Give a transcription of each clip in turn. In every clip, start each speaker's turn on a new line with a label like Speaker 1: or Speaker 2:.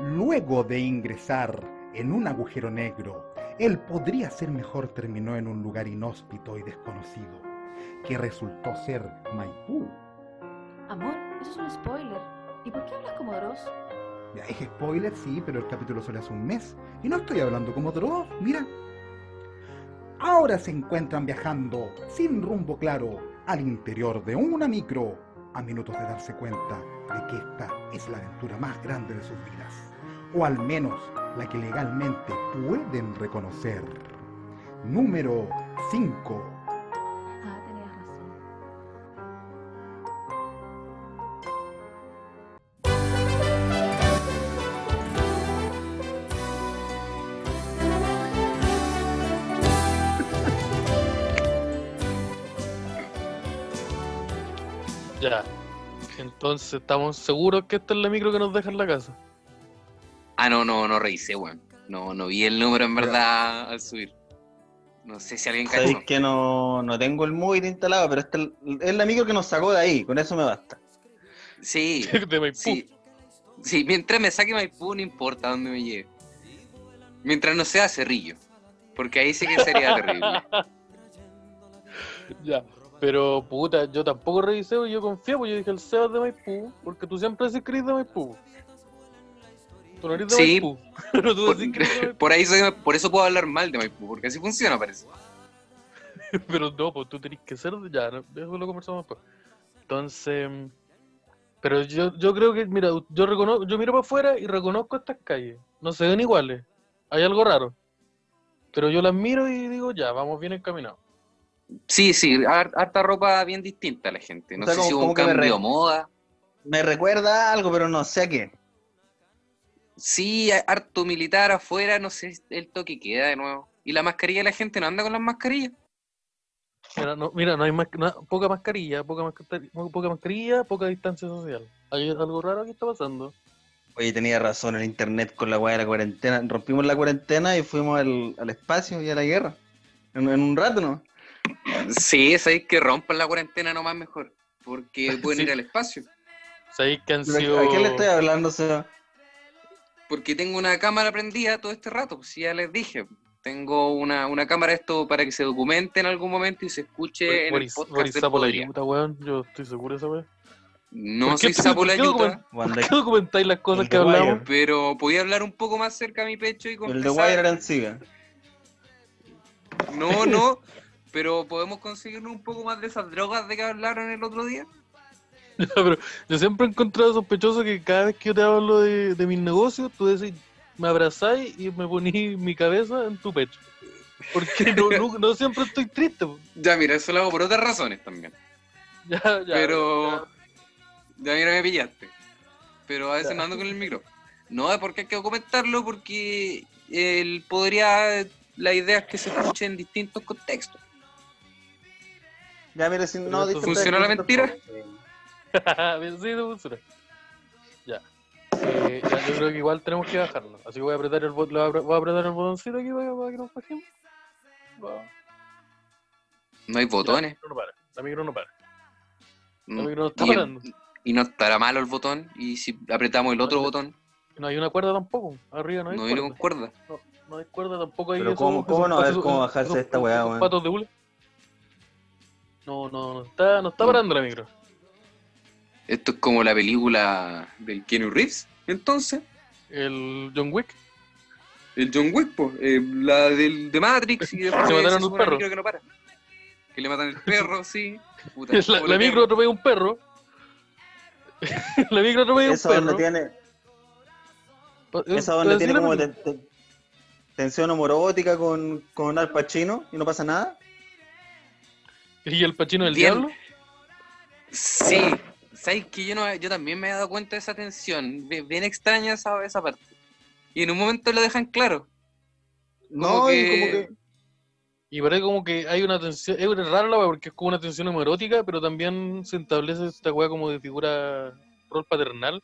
Speaker 1: Luego de ingresar en un agujero negro, el podría ser mejor terminó en un lugar inhóspito y desconocido, que resultó ser Maipú.
Speaker 2: Amor, eso es un spoiler. ¿Y por qué hablas como Dross?
Speaker 1: Ya, es spoiler, sí, pero el capítulo solo hace un mes. Y no estoy hablando como Dross, mira. Ahora se encuentran viajando, sin rumbo claro, al interior de una micro, a minutos de darse cuenta de que esta es la aventura más grande de sus vidas. O al menos la que legalmente pueden reconocer. Número 5.
Speaker 2: Ah, tenías razón.
Speaker 3: Ya. Entonces, estamos seguros que esta es la micro que nos deja en la casa.
Speaker 4: Ah, no, no, no revisé, weón. No, no vi el número en verdad al subir. No sé si alguien
Speaker 5: Sabéis
Speaker 4: cachó.
Speaker 5: que no, no tengo el móvil instalado, pero esta es la micro que nos sacó de ahí, con eso me basta.
Speaker 4: Sí,
Speaker 3: De Maipú.
Speaker 4: sí. Sí, mientras me saque Maipú, no importa dónde me lleve. Mientras no sea Cerrillo. Porque ahí sí que sería terrible.
Speaker 3: Ya. Pero, puta, yo tampoco revisé, yo confío, porque yo dije el CEO es de Maipú, porque tú siempre decís que eres de Maipú. Tú no eres de
Speaker 4: Sí.
Speaker 3: Maipú. Pero tú decís que eres de
Speaker 4: Por, por ahí soy- por eso puedo hablar mal de Maipú, porque así funciona, parece.
Speaker 3: Pero no, pues tú tenés que ser de- ya, ¿no? eso lo conversamos después. Entonces, mm, pero yo, yo creo que, mira, yo reconozco, yo miro para afuera y reconozco estas calles. No se ven iguales. Hay algo raro. Pero yo las miro y digo, ya, vamos bien encaminados.
Speaker 4: Sí, sí, har- harta ropa bien distinta a la gente. No
Speaker 5: O sea,
Speaker 4: sé si
Speaker 5: como-
Speaker 4: hubo un
Speaker 5: como que me
Speaker 4: cambio de
Speaker 5: re-
Speaker 4: moda.
Speaker 5: Me recuerda a algo, pero no sé a qué.
Speaker 4: Sí, hay harto militar afuera, no sé, el toque queda de nuevo. Y la mascarilla, la gente no anda con las mascarillas.
Speaker 3: Mira, no, mira, no hay más, no- poca mascarilla, poca mascarilla, poca mascarilla, poca distancia social. Hay algo raro que está pasando.
Speaker 5: Oye, tenía razón el internet con la weá de la cuarentena. Rompimos la cuarentena y fuimos al, al espacio y a la guerra. En, en un rato, ¿no?
Speaker 4: Sí, sabéis que rompan la cuarentena nomás mejor, porque pueden
Speaker 3: Sí.
Speaker 4: ir al espacio.
Speaker 3: Sabéis que han
Speaker 5: Pero
Speaker 3: sido.
Speaker 5: ¿A, a quién le estoy hablando? O sea,
Speaker 4: Porque tengo una cámara prendida todo este rato, pues ya les dije. Tengo una, una cámara esto para que se documente en algún momento y se escuche en
Speaker 3: Boris,
Speaker 4: el podcast
Speaker 3: Boris
Speaker 4: del
Speaker 3: Sapo la
Speaker 4: Podría.
Speaker 3: yuta, weón. Yo estoy seguro de esa weón.
Speaker 4: No
Speaker 3: ¿Por qué
Speaker 4: soy
Speaker 3: tú-
Speaker 4: sapo la
Speaker 3: por qué
Speaker 4: yuta,
Speaker 5: Juan
Speaker 3: ¿Por
Speaker 5: de-
Speaker 3: qué documentáis las cosas
Speaker 5: El
Speaker 3: que
Speaker 5: The Wire.
Speaker 3: hablamos?
Speaker 4: pero podía hablar un poco más cerca a mi pecho y
Speaker 5: el de Wire
Speaker 4: confesar.
Speaker 5: eran siga.
Speaker 4: No, no, pero podemos conseguirnos un poco más de esas drogas de que hablaron el otro día.
Speaker 3: Ya, pero yo siempre he encontrado sospechoso que cada vez que yo te hablo de, de mis negocios, tú decís, me abrazáis y me ponís mi cabeza en tu pecho. Porque no, no- no siempre estoy triste. po.
Speaker 4: Ya, mira, eso lo hago por otras razones también.
Speaker 3: Ya, ya,
Speaker 4: Pero-
Speaker 3: ya.
Speaker 4: Ya mira, me pillaste. Pero a veces
Speaker 3: Ya.
Speaker 4: no ando con el micro. No, es porque hay que documentarlo porque él podría. La idea es que se escuche en distintos contextos.
Speaker 5: Ya, mira, si no...
Speaker 3: Pero
Speaker 5: distinto-
Speaker 4: ¿Funcionó la
Speaker 5: distinto-
Speaker 4: mentira?
Speaker 3: sí, no funciona. Ya. Eh, ya, Yo creo que igual tenemos que bajarlo. Así que voy a apretar el, bot- le voy a apre- voy a apretar el botoncito aquí para, para que nos bajemos. Va.
Speaker 4: No hay botones.
Speaker 3: La micro no para. La micro no para. La
Speaker 4: Mm.
Speaker 3: micro no está
Speaker 4: Y el-
Speaker 3: parando.
Speaker 4: Y no estará malo el botón. Y si apretamos el otro
Speaker 3: No,
Speaker 4: botón,
Speaker 3: No hay una cuerda tampoco. Arriba no hay
Speaker 4: no
Speaker 3: cuerda.
Speaker 4: viene con cuerda.
Speaker 3: No hay cuerda tampoco ahí.
Speaker 5: Pero
Speaker 3: esos-
Speaker 5: ¿cómo- cómo
Speaker 3: esos
Speaker 5: no? A ver,
Speaker 3: patos-
Speaker 5: ¿cómo bajarse
Speaker 3: esos-
Speaker 5: de esta weá,
Speaker 3: esos
Speaker 5: weón?
Speaker 3: patos de hule. No, no, no está, no está
Speaker 4: Mm.
Speaker 3: parando la micro.
Speaker 4: Esto es como la película del Keanu Reeves. Entonces,
Speaker 3: El John Wick.
Speaker 4: el John Wick, po, eh, la del, de Matrix. Y después
Speaker 3: Se mataron
Speaker 4: se
Speaker 3: un
Speaker 4: sube una
Speaker 3: perro.
Speaker 4: micro Que, no para. que le matan el perro, sí. Puta,
Speaker 3: La, la
Speaker 4: pobre
Speaker 3: micro
Speaker 4: perro.
Speaker 3: atropella un perro. la micro atropella un
Speaker 5: Eso donde
Speaker 3: perro.
Speaker 5: tiene...
Speaker 3: Pa- eh,
Speaker 5: Esa donde
Speaker 3: pero
Speaker 5: tiene
Speaker 3: sí la
Speaker 5: como
Speaker 3: micro.
Speaker 5: te- te- tensión homorótica con, con Al Pacino y no pasa nada.
Speaker 3: Y el pachino del
Speaker 4: Bien.
Speaker 3: diablo.
Speaker 4: Sí, sabes que yo no, yo también me he dado cuenta de esa tensión, bi- bien extraña esa, esa parte. Y en un momento lo dejan claro. Como
Speaker 5: no, y
Speaker 4: que-
Speaker 5: como que.
Speaker 3: Y parece como que hay una tensión. Es raro la weá porque es como una tensión homoerótica, pero también se establece esta weá como de figura rol paternal.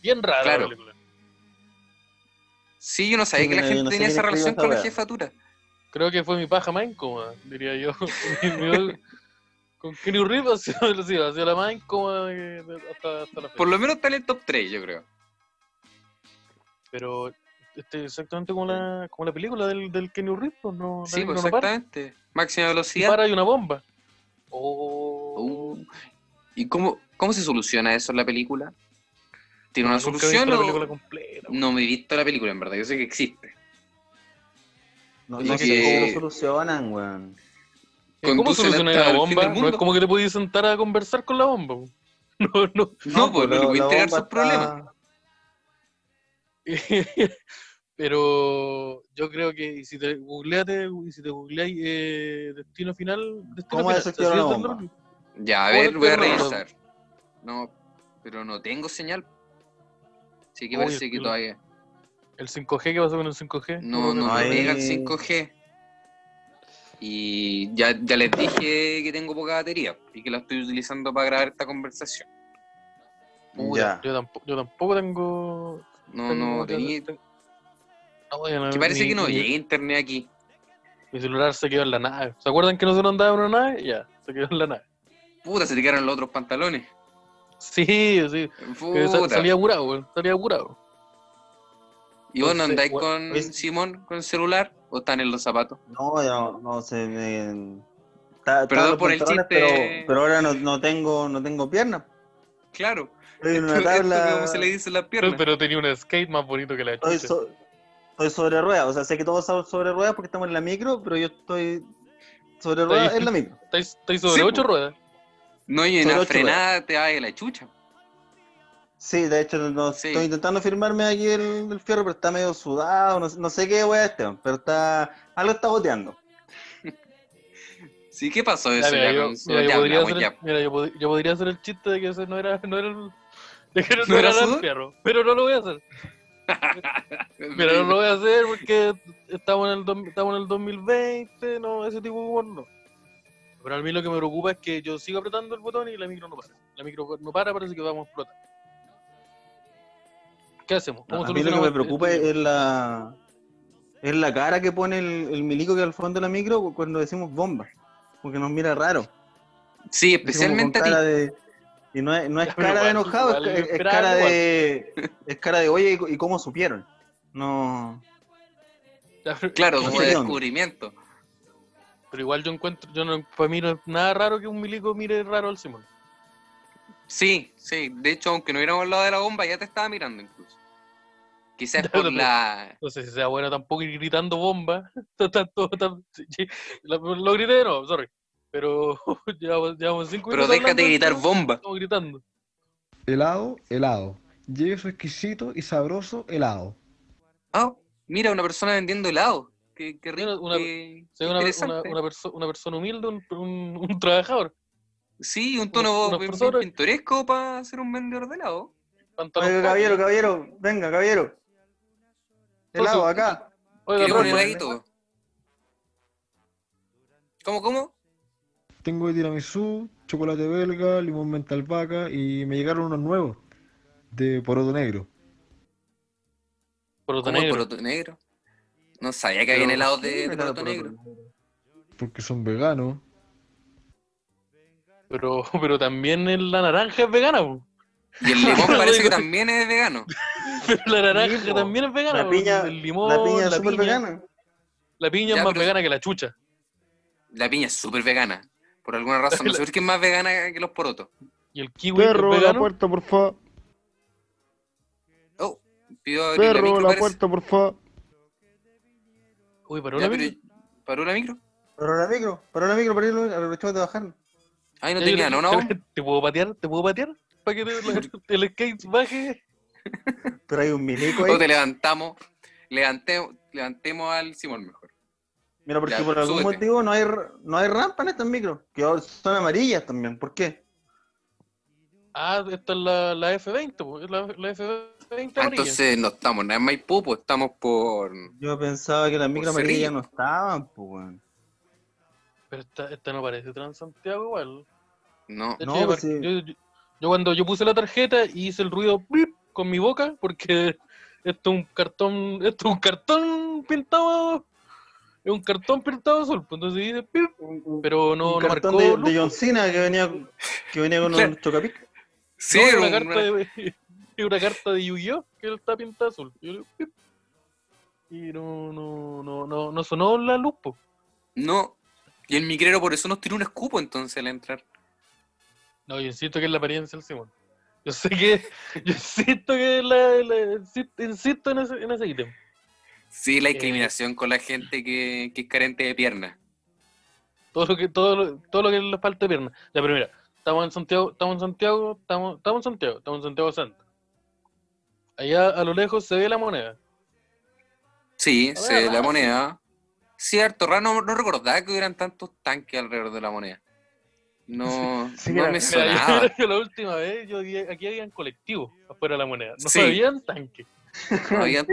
Speaker 3: Bien rara
Speaker 4: Claro.
Speaker 3: la película.
Speaker 4: Sí, yo no sabía
Speaker 5: Sí,
Speaker 4: que la
Speaker 5: no, yo
Speaker 4: gente
Speaker 5: no sé
Speaker 4: tenía
Speaker 5: quién
Speaker 4: esa
Speaker 5: escribió
Speaker 4: relación
Speaker 5: esa
Speaker 4: con la
Speaker 5: weá.
Speaker 4: jefatura.
Speaker 3: Creo que fue mi paja más incómoda, diría yo. Mi- mi- con Kenny Reeves ha sido, sí, ha sido la más incómoda que- de- hasta, hasta la fecha.
Speaker 4: Por lo menos está en el top 3, yo creo.
Speaker 3: Pero este, exactamente como la, como la película del, del Kenny Reeves, pues, no,
Speaker 4: Sí,
Speaker 3: la
Speaker 4: pues,
Speaker 3: película no para.
Speaker 4: exactamente. Máxima
Speaker 3: Si
Speaker 4: velocidad.
Speaker 3: para hay una bomba. Oh,
Speaker 4: Uh, ¿Y cómo, cómo se soluciona eso en la película? ¿Tiene una
Speaker 3: nunca he visto
Speaker 4: solución
Speaker 3: la
Speaker 4: o-
Speaker 3: película completa.
Speaker 4: No me he visto la película, en verdad. Yo sé que existe.
Speaker 5: No,
Speaker 3: Pues
Speaker 5: no
Speaker 4: es
Speaker 5: sé
Speaker 4: que-
Speaker 5: cómo lo solucionan, weón.
Speaker 4: Con
Speaker 3: Eh, ¿Cómo
Speaker 4: Dulce
Speaker 3: solucionas la
Speaker 4: Nata al fin
Speaker 3: bomba?
Speaker 4: del
Speaker 3: No es
Speaker 4: mundo.
Speaker 3: como que te podías sentar a conversar con la bomba. po. No, no.
Speaker 4: No, pues, no le voy a
Speaker 5: la
Speaker 4: entregar
Speaker 5: bomba
Speaker 4: sus problemas.
Speaker 3: Pero yo creo que y si te googleate, y si te googleáis eh, destino final, destino
Speaker 5: ¿Cómo
Speaker 3: final.
Speaker 5: desactivar
Speaker 3: así
Speaker 5: la
Speaker 3: es
Speaker 5: bomba?
Speaker 3: tan rápido.
Speaker 4: Ya, a
Speaker 3: Bueno,
Speaker 4: ver, voy a
Speaker 3: pero-
Speaker 4: revisar. No, pero no tengo señal. Sí que
Speaker 3: Uy,
Speaker 4: parece
Speaker 3: el-
Speaker 4: que todavía.
Speaker 3: El 5G, ¿qué pasó con el 5G?
Speaker 4: No, no,
Speaker 5: no
Speaker 4: no
Speaker 5: hay-
Speaker 4: llega el 5G. Y ya, ya les dije que tengo poca batería y que la estoy utilizando para grabar esta conversación.
Speaker 5: Ya.
Speaker 3: Puta, Yo, tampoco, yo tampoco tengo.
Speaker 4: No,
Speaker 3: tengo-
Speaker 4: no, tenía.
Speaker 3: tengo- No, pues, ya no,
Speaker 4: Que parece
Speaker 3: mi-
Speaker 4: que no
Speaker 3: mi-
Speaker 4: llega internet aquí.
Speaker 3: Mi celular se quedó en la nave. ¿Se acuerdan que nosotros andábamos en una nave? Ya, se quedó en la nave.
Speaker 4: Puta, se te quedaron los otros pantalones.
Speaker 3: Sí, sí. que sa-
Speaker 4: Puta.
Speaker 3: salía curado, weón, Salía curado.
Speaker 4: ¿Y vos no
Speaker 3: Entonces,
Speaker 4: andáis
Speaker 3: gua-
Speaker 4: con
Speaker 5: es-
Speaker 4: Simón con celular o están en los zapatos?
Speaker 5: No, no, no se me. ta-
Speaker 4: Perdón
Speaker 5: estaban los
Speaker 4: por el
Speaker 5: pantalones,
Speaker 4: chiste.
Speaker 5: Pero, pero ahora no, no tengo, no tengo piernas.
Speaker 4: Claro.
Speaker 5: Estoy en
Speaker 4: Esto-
Speaker 5: una
Speaker 4: esto
Speaker 5: tabla.
Speaker 4: como se le dice en las
Speaker 3: Pero,
Speaker 4: piernas.
Speaker 3: pero tenía un skate más bonito que la
Speaker 5: Estoy,
Speaker 3: chucha.
Speaker 5: so- estoy sobre ruedas. O sea, sé que todos estamos sobre ruedas porque estamos en la micro, pero yo estoy sobre ruedas en la micro.
Speaker 3: Estáis estáis sobre
Speaker 4: Sí,
Speaker 3: ocho
Speaker 4: po.
Speaker 3: ruedas.
Speaker 4: No, y en
Speaker 5: Solo
Speaker 4: la
Speaker 5: ocho
Speaker 4: frenada te va de la chucha.
Speaker 5: Sí, de hecho, no,
Speaker 4: Sí.
Speaker 5: estoy intentando firmarme aquí el, el fierro, pero está medio sudado. No, no sé qué wea este, pero está. Algo está boteando.
Speaker 4: Sí, ¿qué pasó
Speaker 3: Ya,
Speaker 4: eso?
Speaker 3: mira,
Speaker 4: ya,
Speaker 3: yo,
Speaker 4: con su-
Speaker 3: mira, yo
Speaker 4: ya
Speaker 3: podría
Speaker 4: hablamos,
Speaker 3: hacer el-
Speaker 4: ya.
Speaker 3: mira, yo pod- yo podría hacer el chiste de que ese no era, no era el. de que no,
Speaker 4: ¿No era
Speaker 3: era el
Speaker 4: sudor?
Speaker 3: fierro, pero no lo voy a hacer. Pero no lo voy a hacer porque estamos en el, dos- estamos en el 2020, no, ese tipo de humor no. Pero a mí lo que me preocupa es que yo sigo apretando el botón y la micro no para. La micro no para, parece que vamos a explotar. ¿Qué hacemos?
Speaker 5: A mí lo que me preocupa
Speaker 3: Eh,
Speaker 5: es la. Es la cara que pone el, el milico que al fondo de la micro cuando decimos bomba. Porque nos mira raro.
Speaker 4: Sí,
Speaker 5: Así como con
Speaker 4: especialmente a ti.
Speaker 5: cara de- Y no es, no es
Speaker 3: Ya, pero
Speaker 5: cara de
Speaker 3: igual,
Speaker 5: enojado, es,
Speaker 3: igual
Speaker 5: ca- es
Speaker 3: esperaba
Speaker 5: cara
Speaker 3: algo,
Speaker 5: de. Es cara de, oye, ¿y co- ¿y cómo supieron? No.
Speaker 3: es.
Speaker 4: Claro,
Speaker 5: No
Speaker 4: como
Speaker 5: sé
Speaker 4: de
Speaker 5: qué onda.
Speaker 4: descubrimiento.
Speaker 3: Pero igual yo encuentro, yo no, para mí no es nada raro que un milico mire raro al Simón.
Speaker 4: Sí, sí. De hecho, aunque no hubiéramos hablado de la bomba, ya te estaba mirando incluso. Quizás
Speaker 3: Ya,
Speaker 4: por
Speaker 3: pero-
Speaker 4: la...
Speaker 3: No sé si sea bueno tampoco ir gritando bomba. Tanto- tan- la- lo grité de nuevo, sorry. Pero llevamos, llevamos cinco
Speaker 4: Pero
Speaker 3: minutos. hablando
Speaker 4: déjate
Speaker 3: de
Speaker 4: gritar
Speaker 3: esto,
Speaker 4: bomba.
Speaker 3: Estamos gritando.
Speaker 6: Helado, helado. Lleve su exquisito y sabroso helado.
Speaker 4: Ah, mira, una persona vendiendo helado. Qué, qué
Speaker 3: Mira,
Speaker 4: rico.
Speaker 3: una-
Speaker 4: qué
Speaker 3: O sea, una, una,
Speaker 4: interesante.
Speaker 3: una, perso- una persona humilde, un, un, un trabajador.
Speaker 4: Sí, un tono
Speaker 3: unas
Speaker 4: bien- bien
Speaker 3: personas-
Speaker 4: pintoresco para ser un vendedor de helado.
Speaker 3: Pantalón
Speaker 5: Oiga,
Speaker 3: corto.
Speaker 5: caballero, caballero, venga, caballero. El
Speaker 3: Oso.
Speaker 5: agua acá.
Speaker 3: Oiga,
Speaker 4: Quiero un
Speaker 3: Rolfo,
Speaker 4: heladito. ¿Cómo, cómo?
Speaker 6: Tengo tiramisú, chocolate belga, limón menta albahaca y me llegaron unos nuevos de poroto negro.
Speaker 3: poroto
Speaker 4: ¿Cómo el
Speaker 3: negro.
Speaker 4: poroto negro? No sabía que
Speaker 5: Pero,
Speaker 4: había helados
Speaker 5: ¿sí?
Speaker 4: de, de
Speaker 5: Helado
Speaker 4: poroto negro.
Speaker 6: Porque son veganos.
Speaker 3: Pero, pero también el- la naranja es vegana. po.
Speaker 4: Y el limón parece que también es vegano.
Speaker 3: Pero la naranja
Speaker 5: Sí, po.
Speaker 3: también es vegana.
Speaker 5: La
Speaker 3: po.
Speaker 5: piña-
Speaker 3: el limón,
Speaker 5: La piña es súper vegana.
Speaker 3: La piña
Speaker 4: Ya,
Speaker 3: es más
Speaker 4: pero-
Speaker 3: vegana que la chucha.
Speaker 4: La piña es súper vegana. Por alguna razón. No sé por qué es más vegana que los porotos.
Speaker 3: Y el kiwi
Speaker 6: Perro,
Speaker 3: es
Speaker 6: la
Speaker 3: vegano.
Speaker 6: puerta, por fa.
Speaker 4: Oh, pidió abrir la
Speaker 6: Perro,
Speaker 4: micro,
Speaker 6: la
Speaker 4: parece.
Speaker 6: puerta, por fa.
Speaker 3: Uy, pero
Speaker 4: Ya,
Speaker 3: una
Speaker 4: pero-
Speaker 3: vez-
Speaker 4: ¿Paró la micro?
Speaker 5: Pero la micro, pero la micro, pero aprovechamos de bajar.
Speaker 4: Ay, no
Speaker 3: Ya,
Speaker 4: tenía,
Speaker 3: yo-
Speaker 4: no, no.
Speaker 3: ¿Te puedo patear? ¿Te puedo patear? Para que te- el skate baje.
Speaker 5: Pero hay un milico
Speaker 4: O te
Speaker 5: ahí.
Speaker 4: levantamos. Levante- levantemos al Simón mejor.
Speaker 5: Mira, porque
Speaker 4: Ya,
Speaker 5: por algún
Speaker 4: súbete.
Speaker 5: motivo no hay, r- no hay rampa en estas micros. Que ahora son amarillas también. ¿Por qué?
Speaker 3: Ah, esta es la, la F20, po, es la, la F20
Speaker 4: Ah,
Speaker 3: amarilla.
Speaker 4: entonces no estamos nada en Maipú, pues estamos por.
Speaker 5: Yo pensaba que las micros
Speaker 4: Cerrillo.
Speaker 5: amarillas no estaban, pues, weón.
Speaker 3: Pero esta, esta no parece Transantiago igual.
Speaker 4: No.
Speaker 3: De
Speaker 5: No,
Speaker 3: hecho, yo,
Speaker 5: pues
Speaker 3: par-
Speaker 5: sí.
Speaker 3: yo- yo- yo cuando yo puse la tarjeta y hice el ruido "pip" con mi boca, porque esto es un cartón, esto es un cartón pintado es un cartón pintado azul, pues, entonces dice pip,
Speaker 5: Un, un-
Speaker 3: pero no,
Speaker 5: un
Speaker 3: no marcó
Speaker 5: cartón de,
Speaker 3: Lupo.
Speaker 5: de John Cena que venía, que venía con
Speaker 4: Claro.
Speaker 5: un chocapic.
Speaker 4: Sí,
Speaker 3: No, era
Speaker 4: un-
Speaker 3: una carta de, era una carta de Yu-Gi-Oh! que él está pintada azul. Y, yo le digo, "Pip". Y no, no, no, no, no sonó la luz, po.
Speaker 4: No. Y el micrero por eso nos tiró un escupo entonces al entrar.
Speaker 3: No, yo insisto que es la apariencia del Simón. Yo sé que, yo insisto que es la, la- insisto, insisto en ese, en ese ítem.
Speaker 4: Sí, la
Speaker 3: Eh.
Speaker 4: discriminación con la gente que, que es carente de piernas.
Speaker 3: Todo lo que, todo lo, todo lo que le falta de pierna. Ya, pero mira, estamos en Santiago, estamos en Santiago, estamos, estamos en Santiago, estamos en Santiago Santo. Allá a lo lejos se ve la moneda.
Speaker 4: Sí,
Speaker 3: A
Speaker 4: se
Speaker 3: ver,
Speaker 4: ve la
Speaker 3: raro.
Speaker 4: moneda. Cierto, raro, no, no recordaba que hubieran tantos tanques alrededor de la moneda. No,
Speaker 6: Sí,
Speaker 4: no
Speaker 6: mira,
Speaker 4: me
Speaker 3: Mira, yo,
Speaker 6: mira,
Speaker 4: sonaba.
Speaker 3: creo que la última vez yo vi- aquí habían colectivos afuera de la moneda. No
Speaker 4: Sí.
Speaker 3: habían tanques.
Speaker 4: No había-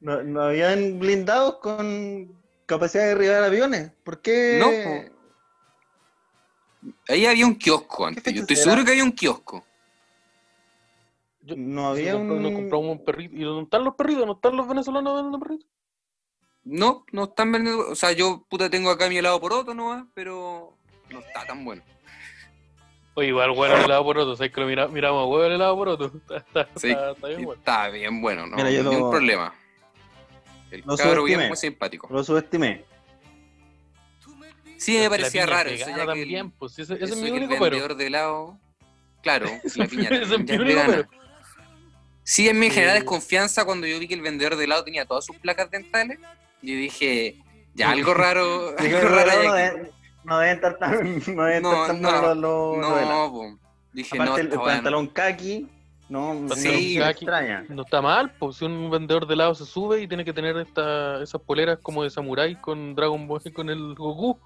Speaker 5: No, no habían blindados con capacidad de derribar aviones. ¿Por qué?
Speaker 4: No, po. ahí había un kiosco antes.
Speaker 5: fecha
Speaker 4: Yo estoy
Speaker 5: será?
Speaker 4: seguro que había un kiosco.
Speaker 3: Yo-
Speaker 5: No
Speaker 3: Sí,
Speaker 5: había
Speaker 3: compra-
Speaker 5: un.
Speaker 3: Nos compramos un perrito. ¿Y dónde están los perritos? ¿No están los venezolanos vendiendo perritos?
Speaker 4: No, no están vendiendo. O sea, yo puta tengo acá mi helado por otro nomás, pero no está tan bueno.
Speaker 3: Oye, igual, bueno, el helado por otro. ¿Sabes que lo mira- miramos a huevo el helado por otro? Está, está,
Speaker 4: Sí.
Speaker 3: está, está bien, bueno.
Speaker 4: Está bien bueno, no,
Speaker 5: Mira, yo
Speaker 4: ningún
Speaker 5: lo-
Speaker 4: problema. El
Speaker 5: lo
Speaker 4: cabro bien
Speaker 5: subestimé.
Speaker 4: muy simpático.
Speaker 5: Lo subestimé.
Speaker 4: Sí, me
Speaker 3: La
Speaker 4: parecía
Speaker 3: piña
Speaker 4: raro. Eso,
Speaker 3: vegana
Speaker 4: ya que el-
Speaker 3: también, pues. Ese, ese es
Speaker 4: eso que
Speaker 3: mi
Speaker 4: el
Speaker 3: único pero.
Speaker 4: vendedor de helado. Claro, la piña
Speaker 3: Ese es mi
Speaker 4: también ya es
Speaker 3: único Eh,
Speaker 4: vegana.
Speaker 3: pero.
Speaker 4: Sí, en mi general
Speaker 3: Sí.
Speaker 4: desconfianza cuando yo vi que el vendedor de helado tenía todas sus placas dentales. Yo dije, ya algo raro.
Speaker 5: Yo creo
Speaker 4: algo
Speaker 5: que
Speaker 4: raro hay
Speaker 5: no,
Speaker 3: eh,
Speaker 4: aquí.
Speaker 5: deben, no deben estar tan. No deben
Speaker 4: No,
Speaker 5: estar tan
Speaker 4: no,
Speaker 5: malos los- los
Speaker 4: No,
Speaker 5: helados.
Speaker 4: po. dije,
Speaker 5: Aparte,
Speaker 4: no,
Speaker 5: el, el
Speaker 4: esta weá no.
Speaker 5: pantalón kaki. No,
Speaker 4: Sí.
Speaker 5: sí, me extraña.
Speaker 3: No está mal, pues. Si un vendedor de helado se sube y tiene que tener esta, esas poleras como de samurái con Dragon Ball, con el Goku.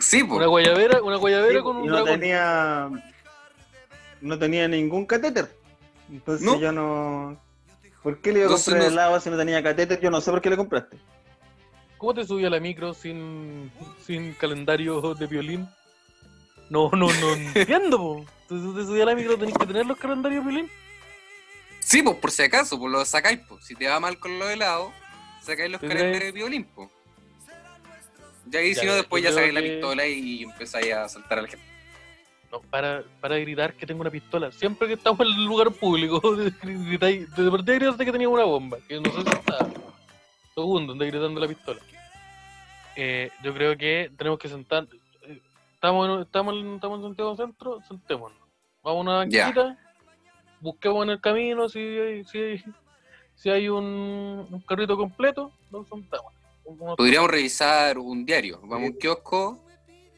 Speaker 4: Sí,
Speaker 3: Una
Speaker 4: po.
Speaker 3: guayabera, una guayabera
Speaker 5: Sí,
Speaker 3: con un
Speaker 5: y no
Speaker 3: Dragon
Speaker 5: tenía no tenía ningún catéter entonces
Speaker 4: No.
Speaker 5: yo no ¿por qué le iba a
Speaker 4: Entonces
Speaker 5: comprar
Speaker 4: no-
Speaker 5: helado si no tenía catéter? yo no sé por qué le compraste
Speaker 3: ¿Cómo te subí a la micro sin, sin calendario de violín? No, no, no entiendo, po. Entonces te subí a la micro, tenés que tener los calendarios de violín.
Speaker 4: Sí, po, por si acaso, pues lo sacáis, po. Si te va mal con los helados, sacáis los
Speaker 3: Sí,
Speaker 4: calendarios de violín, po. Ya
Speaker 3: Ya,
Speaker 4: ahí,
Speaker 3: eh,
Speaker 4: si no,
Speaker 3: yo
Speaker 4: despuis ya
Speaker 3: creo
Speaker 4: sacáis la
Speaker 3: que-
Speaker 4: pistola y empezáis a saltar a la gente.
Speaker 3: No, para, para de gritar que tengo una pistola. Siempre que estamos en el lugar público, gritáis, de partida gritaste que tenía una bomba, que no sé si está. Segundo, andáis gritando la pistola. Eh, yo creo que tenemos que sentar. eh, Estamos en, estamos, en- estamos en Santiago Centro, sentémonos. Vamos a una
Speaker 4: Ya.
Speaker 3: banquita, busquemos en el camino si hay, si hay, si hay un, un carrito completo, nos sentamos. Unos-
Speaker 4: Podríamos revisar un diario. Vamos a un
Speaker 5: Sí.
Speaker 4: kiosco,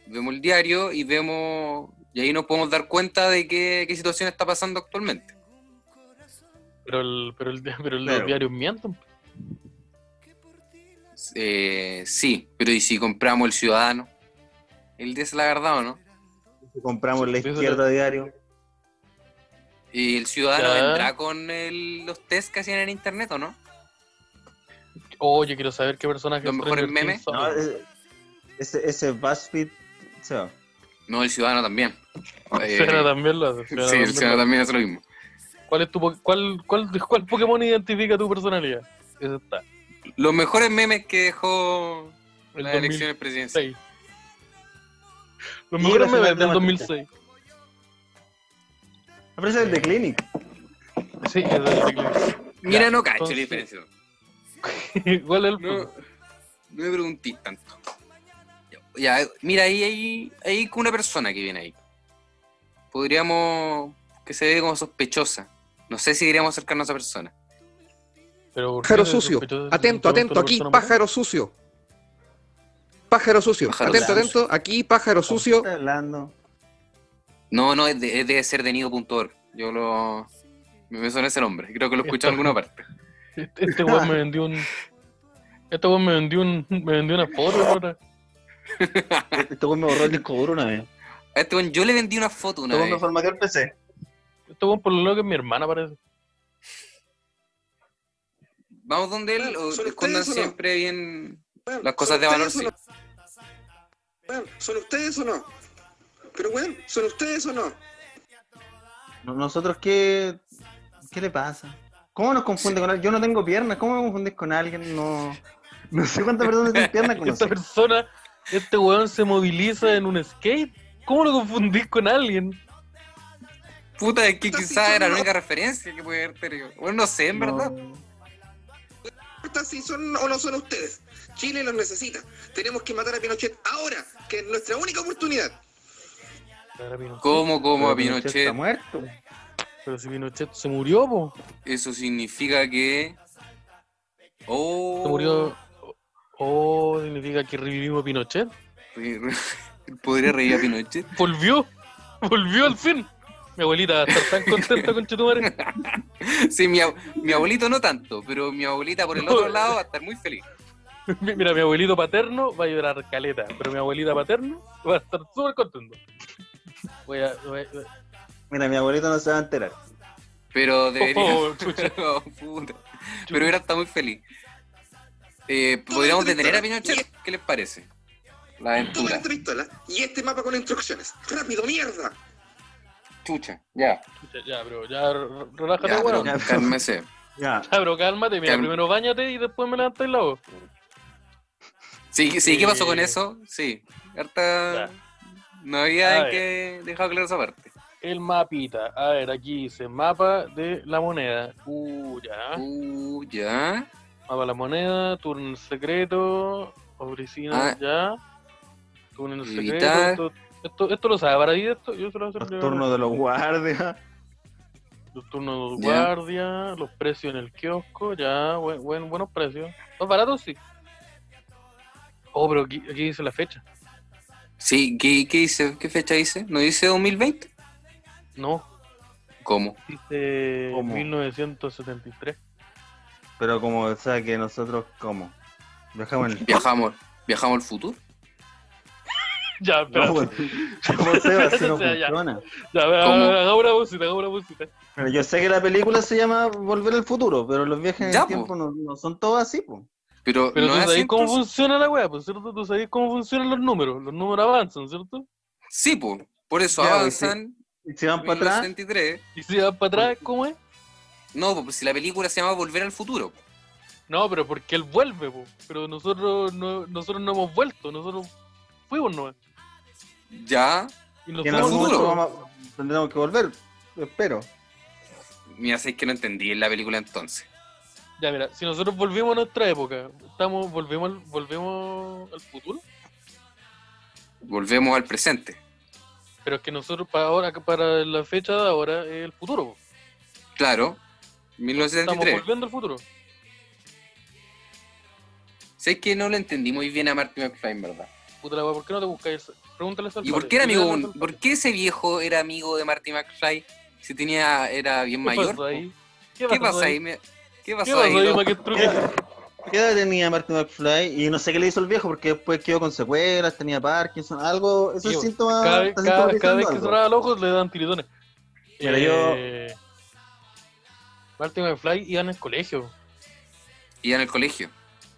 Speaker 4: vemos el diario y vemos. Y ahí nos podemos dar cuenta de qué, qué situación está pasando actualmente.
Speaker 3: Pero, el, pero, el, pero el-
Speaker 5: Claro.
Speaker 3: los diarios mienten.
Speaker 4: Eh, sí, pero ¿y si compramos el ciudadano? El de la verdad, ¿o no?
Speaker 5: compramos la
Speaker 3: Sí,
Speaker 5: izquierda diario
Speaker 4: ¿Y el ciudadano
Speaker 3: Ya.
Speaker 4: vendrá con el- los test que hacían en internet, ¿o no?
Speaker 3: Oye, quiero saber qué personaje
Speaker 4: Los
Speaker 3: de
Speaker 4: mejores
Speaker 3: Stranger Things
Speaker 4: memes.
Speaker 3: son.
Speaker 5: No, eh, ese, ese BuzzFeed se va.
Speaker 4: No, el ciudadano también. Eh,
Speaker 3: Fiona también lo hace. Fiona
Speaker 4: Sí,
Speaker 3: también
Speaker 4: el ciudadano
Speaker 3: lo hace.
Speaker 4: también hace lo mismo.
Speaker 3: ¿Cuál, es tu, po- cuál, cuál, ¿Cuál Pokémon identifica tu personalidad? Eso está.
Speaker 4: Los mejores memes que dejó
Speaker 3: El
Speaker 4: las elecciones presidenciales.
Speaker 3: 2006. Los
Speaker 5: Y
Speaker 3: mejores
Speaker 5: la
Speaker 3: memes del
Speaker 5: ciudad
Speaker 3: 2006.
Speaker 5: aparece el de Clinic
Speaker 3: Sí, es del teclado.
Speaker 4: Mira,
Speaker 3: Ya,
Speaker 4: no cacho la
Speaker 3: entonces-
Speaker 4: diferencia.
Speaker 3: ¿Cuál es el
Speaker 4: No,
Speaker 3: Pokémon?
Speaker 4: no me preguntís tanto. Ya, mira, ahí hay ahí con una persona que viene ahí. Podríamos. que se ve como sospechosa. No sé si deberíamos acercarnos a esa persona.
Speaker 3: Pero, ¿por qué
Speaker 7: Pájaro
Speaker 3: te
Speaker 7: sucio.
Speaker 3: sospechó-
Speaker 7: Atento,
Speaker 3: te
Speaker 7: atento,
Speaker 3: preguntó
Speaker 7: aquí,
Speaker 3: la persona
Speaker 7: pájaro sucio. Pájaro sucio.
Speaker 4: Pájaro
Speaker 7: atento,
Speaker 5: sucio.
Speaker 7: atento. Aquí, pájaro sucio.
Speaker 5: está hablando
Speaker 4: No, no, es de- es- debe ser de nido.org. Yo lo. Me me suena ese nombre. Creo que lo escuché en alguna parte.
Speaker 3: morena? Este este weón me vendió un. Este weón me vendió un. Me vendió una foto ahora.
Speaker 5: este güey me borró el disco duro una vez este
Speaker 4: A este weón, yo le vendí una foto una
Speaker 5: güey
Speaker 4: vez.
Speaker 5: me formateó el PC
Speaker 3: Este weón por lo menos que es mi hermana parece.
Speaker 4: Vamos donde él, o
Speaker 7: Ah, ¿Son
Speaker 4: escondan
Speaker 7: ustedes o no?
Speaker 4: siempre bien. Las cosas de valor, sí.
Speaker 7: ¿Son ustedes o no? Pero, weón, ¿son ustedes o no?
Speaker 5: nosotros qué qué le pasa cómo nos confunde con alguien yo no tengo piernas cómo me confundís con alguien no No sé cuántas personas sin pierna
Speaker 3: Esta
Speaker 5: conoces.
Speaker 3: persona, este weón se moviliza en un skate. ¿Cómo lo confundís con alguien?
Speaker 4: Puta, es que quizás era la única referencia que puede haber tenido. Bueno, no sé, en verdad.
Speaker 7: importa si son o no son ustedes. Chile los necesita. Tenemos que matar a Pinochet ahora, que es nuestra única oportunidad.
Speaker 4: ¿Cómo, cómo a
Speaker 5: Está
Speaker 4: Pinochet?
Speaker 5: muerto.
Speaker 3: Pero si Pinochet se murió, po.
Speaker 4: Eso significa que. Oh.
Speaker 3: Se murió. Oh, significa que revivimos a Pinochet.
Speaker 4: Podría reír a Pinochet.
Speaker 3: Volvió. Volvió al fin. Mi abuelita va a estar tan contenta con Chetumare.
Speaker 4: Sí, mi, ab- mi abuelito no tanto, pero mi abuelita por el otro lado va a estar muy feliz.
Speaker 3: Mi- Mira, mi abuelito paterno va a llorar caleta, pero mi abuelita paterno va a estar súper contento. Voy a. voy- voy-
Speaker 5: Mira, mi abuelito no se va a enterar.
Speaker 4: Pero debería.
Speaker 3: Oh, chucha.
Speaker 4: Oh, puta. Pero hubiera estado muy feliz. Eh, ¿Podríamos detener a Pinochet? ¿Qué les parece? La
Speaker 7: Toma la
Speaker 4: aventura.
Speaker 7: pistola y este mapa con instrucciones. ¡Rápido, mierda!
Speaker 4: Chucha, ya.
Speaker 3: chucha, Ya, bro, ya, r- relájate,
Speaker 4: Ya, pero
Speaker 3: weón.
Speaker 5: bueno.
Speaker 4: cálmese.
Speaker 5: Ya.
Speaker 3: Ya, bro, cálmate. Mira,
Speaker 4: Calm-
Speaker 3: primero bañate y después me levantas la voz.
Speaker 4: Sí, sí, ¿qué pasó con
Speaker 3: Eh,
Speaker 4: eso? Sí, harta...
Speaker 3: ya.
Speaker 4: No había
Speaker 3: A
Speaker 4: que dejado claro esa parte.
Speaker 3: El mapita. A ver, aquí dice mapa de la moneda. Uh, ya.
Speaker 4: Uh, ya.
Speaker 3: Mapa de la moneda, turno secreto, oficina,
Speaker 4: Ah.
Speaker 3: ya. Turno secreto.
Speaker 4: Evitar.
Speaker 3: Esto, esto, esto lo sabe Baradí, esto. Yo se lo voy a
Speaker 5: Los
Speaker 3: hacer
Speaker 5: turnos de los guardias.
Speaker 3: Los turnos de
Speaker 4: Ya.
Speaker 3: guardia, los precios en el kiosco, ya, buen, buen- buenos precios. Más baratos, sí. Oh, pero aquí, aquí dice la fecha.
Speaker 4: Sí, ¿qué, qué dice? ¿Qué fecha dice? ¿No dice 2020?
Speaker 3: No,
Speaker 4: ¿Cómo?
Speaker 3: dice
Speaker 5: ¿Cómo?
Speaker 3: 1973.
Speaker 5: Pero como, o sea, que nosotros, ¿cómo? Viajamos en el...
Speaker 4: ¿Viajamos viajamos al futuro?
Speaker 3: Ya, espera.
Speaker 5: No, pues, bueno. ¿Cómo se va? Así no
Speaker 3: O sea, ya.
Speaker 5: funciona.
Speaker 3: ya, vea,
Speaker 4: ¿Cómo?
Speaker 3: haga una bolsita, haga una bolsita.
Speaker 5: Pero yo sé que la película se llama Volver al futuro, pero los viajes en
Speaker 4: Ya,
Speaker 5: el
Speaker 4: po.
Speaker 5: tiempo no, no son todos así, po.
Speaker 4: Pero,
Speaker 3: Pero
Speaker 4: no
Speaker 3: tú
Speaker 4: es así,
Speaker 3: sabés cómo
Speaker 4: entonces?
Speaker 3: funciona la weá, pues, ¿cierto? Tú sabés cómo funcionan los números. Los números avanzan, ¿cierto?
Speaker 4: Sí, po. por eso
Speaker 5: Ya, pues, sí.
Speaker 4: avanzan
Speaker 5: Y si van para atrás,
Speaker 4: 1973.
Speaker 3: Y si vas para atrás,
Speaker 4: Pues,
Speaker 3: ¿cómo es?
Speaker 4: No, po, si la película se llama Volver al futuro. pues.
Speaker 3: No, pero porque él vuelve, po. Pero nosotros no, nosotros no hemos vuelto, nosotros fuimos, ¿no?
Speaker 4: Ya,
Speaker 3: Y
Speaker 5: que en
Speaker 3: nosotros
Speaker 5: algún
Speaker 4: futuro.
Speaker 5: momento vamos a- tendremos que volver. Espero.
Speaker 4: mira, sé que no entendí en la película entonces.
Speaker 3: Ya, mira, si nosotros volvimos a nuestra época, estamos, volvemos al, volvemos al futuro,
Speaker 4: Volvemos al presente.
Speaker 3: pero es que nosotros para ahora, para la fecha de ahora, es el futuro. po.
Speaker 4: Claro,
Speaker 3: Estamos
Speaker 4: 1973.
Speaker 3: volviendo al futuro.
Speaker 4: Sé que no lo entendí muy bien a Marty McFly, en verdad.
Speaker 3: Puta la wea, ¿por qué no te buscáis? Pregúntale eso al
Speaker 4: ¿Y
Speaker 3: padre,
Speaker 4: por qué era amigo?
Speaker 3: pregúntale eso al
Speaker 4: ¿Por qué ese viejo era amigo de Marty McFly? Si tenía, era bien
Speaker 3: padre. ¿Qué
Speaker 4: mayor. pues?
Speaker 3: pasó ahí?
Speaker 4: ¿Qué, pasa ahí? Me- ¿Qué
Speaker 3: ¿Qué
Speaker 4: pasó
Speaker 3: pasó
Speaker 4: ahí?
Speaker 3: ahí?
Speaker 4: no?
Speaker 3: ¿Para qué truque?
Speaker 5: ¿Qué edad tenía Martin McFly? Y no sé qué le hizo el viejo, porque después quedó con secuelas, tenía Parkinson, algo. Esos
Speaker 3: Sí,
Speaker 5: síntomas.
Speaker 3: Cada, vez-
Speaker 5: está
Speaker 3: cada- cada
Speaker 5: sintomatizando
Speaker 3: vez que
Speaker 5: algo.
Speaker 3: cerraba los ojos le dan tiritones.
Speaker 5: Mira, yo-
Speaker 3: Eh, Martin McFly iban al colegio.
Speaker 4: Iba en el colegio.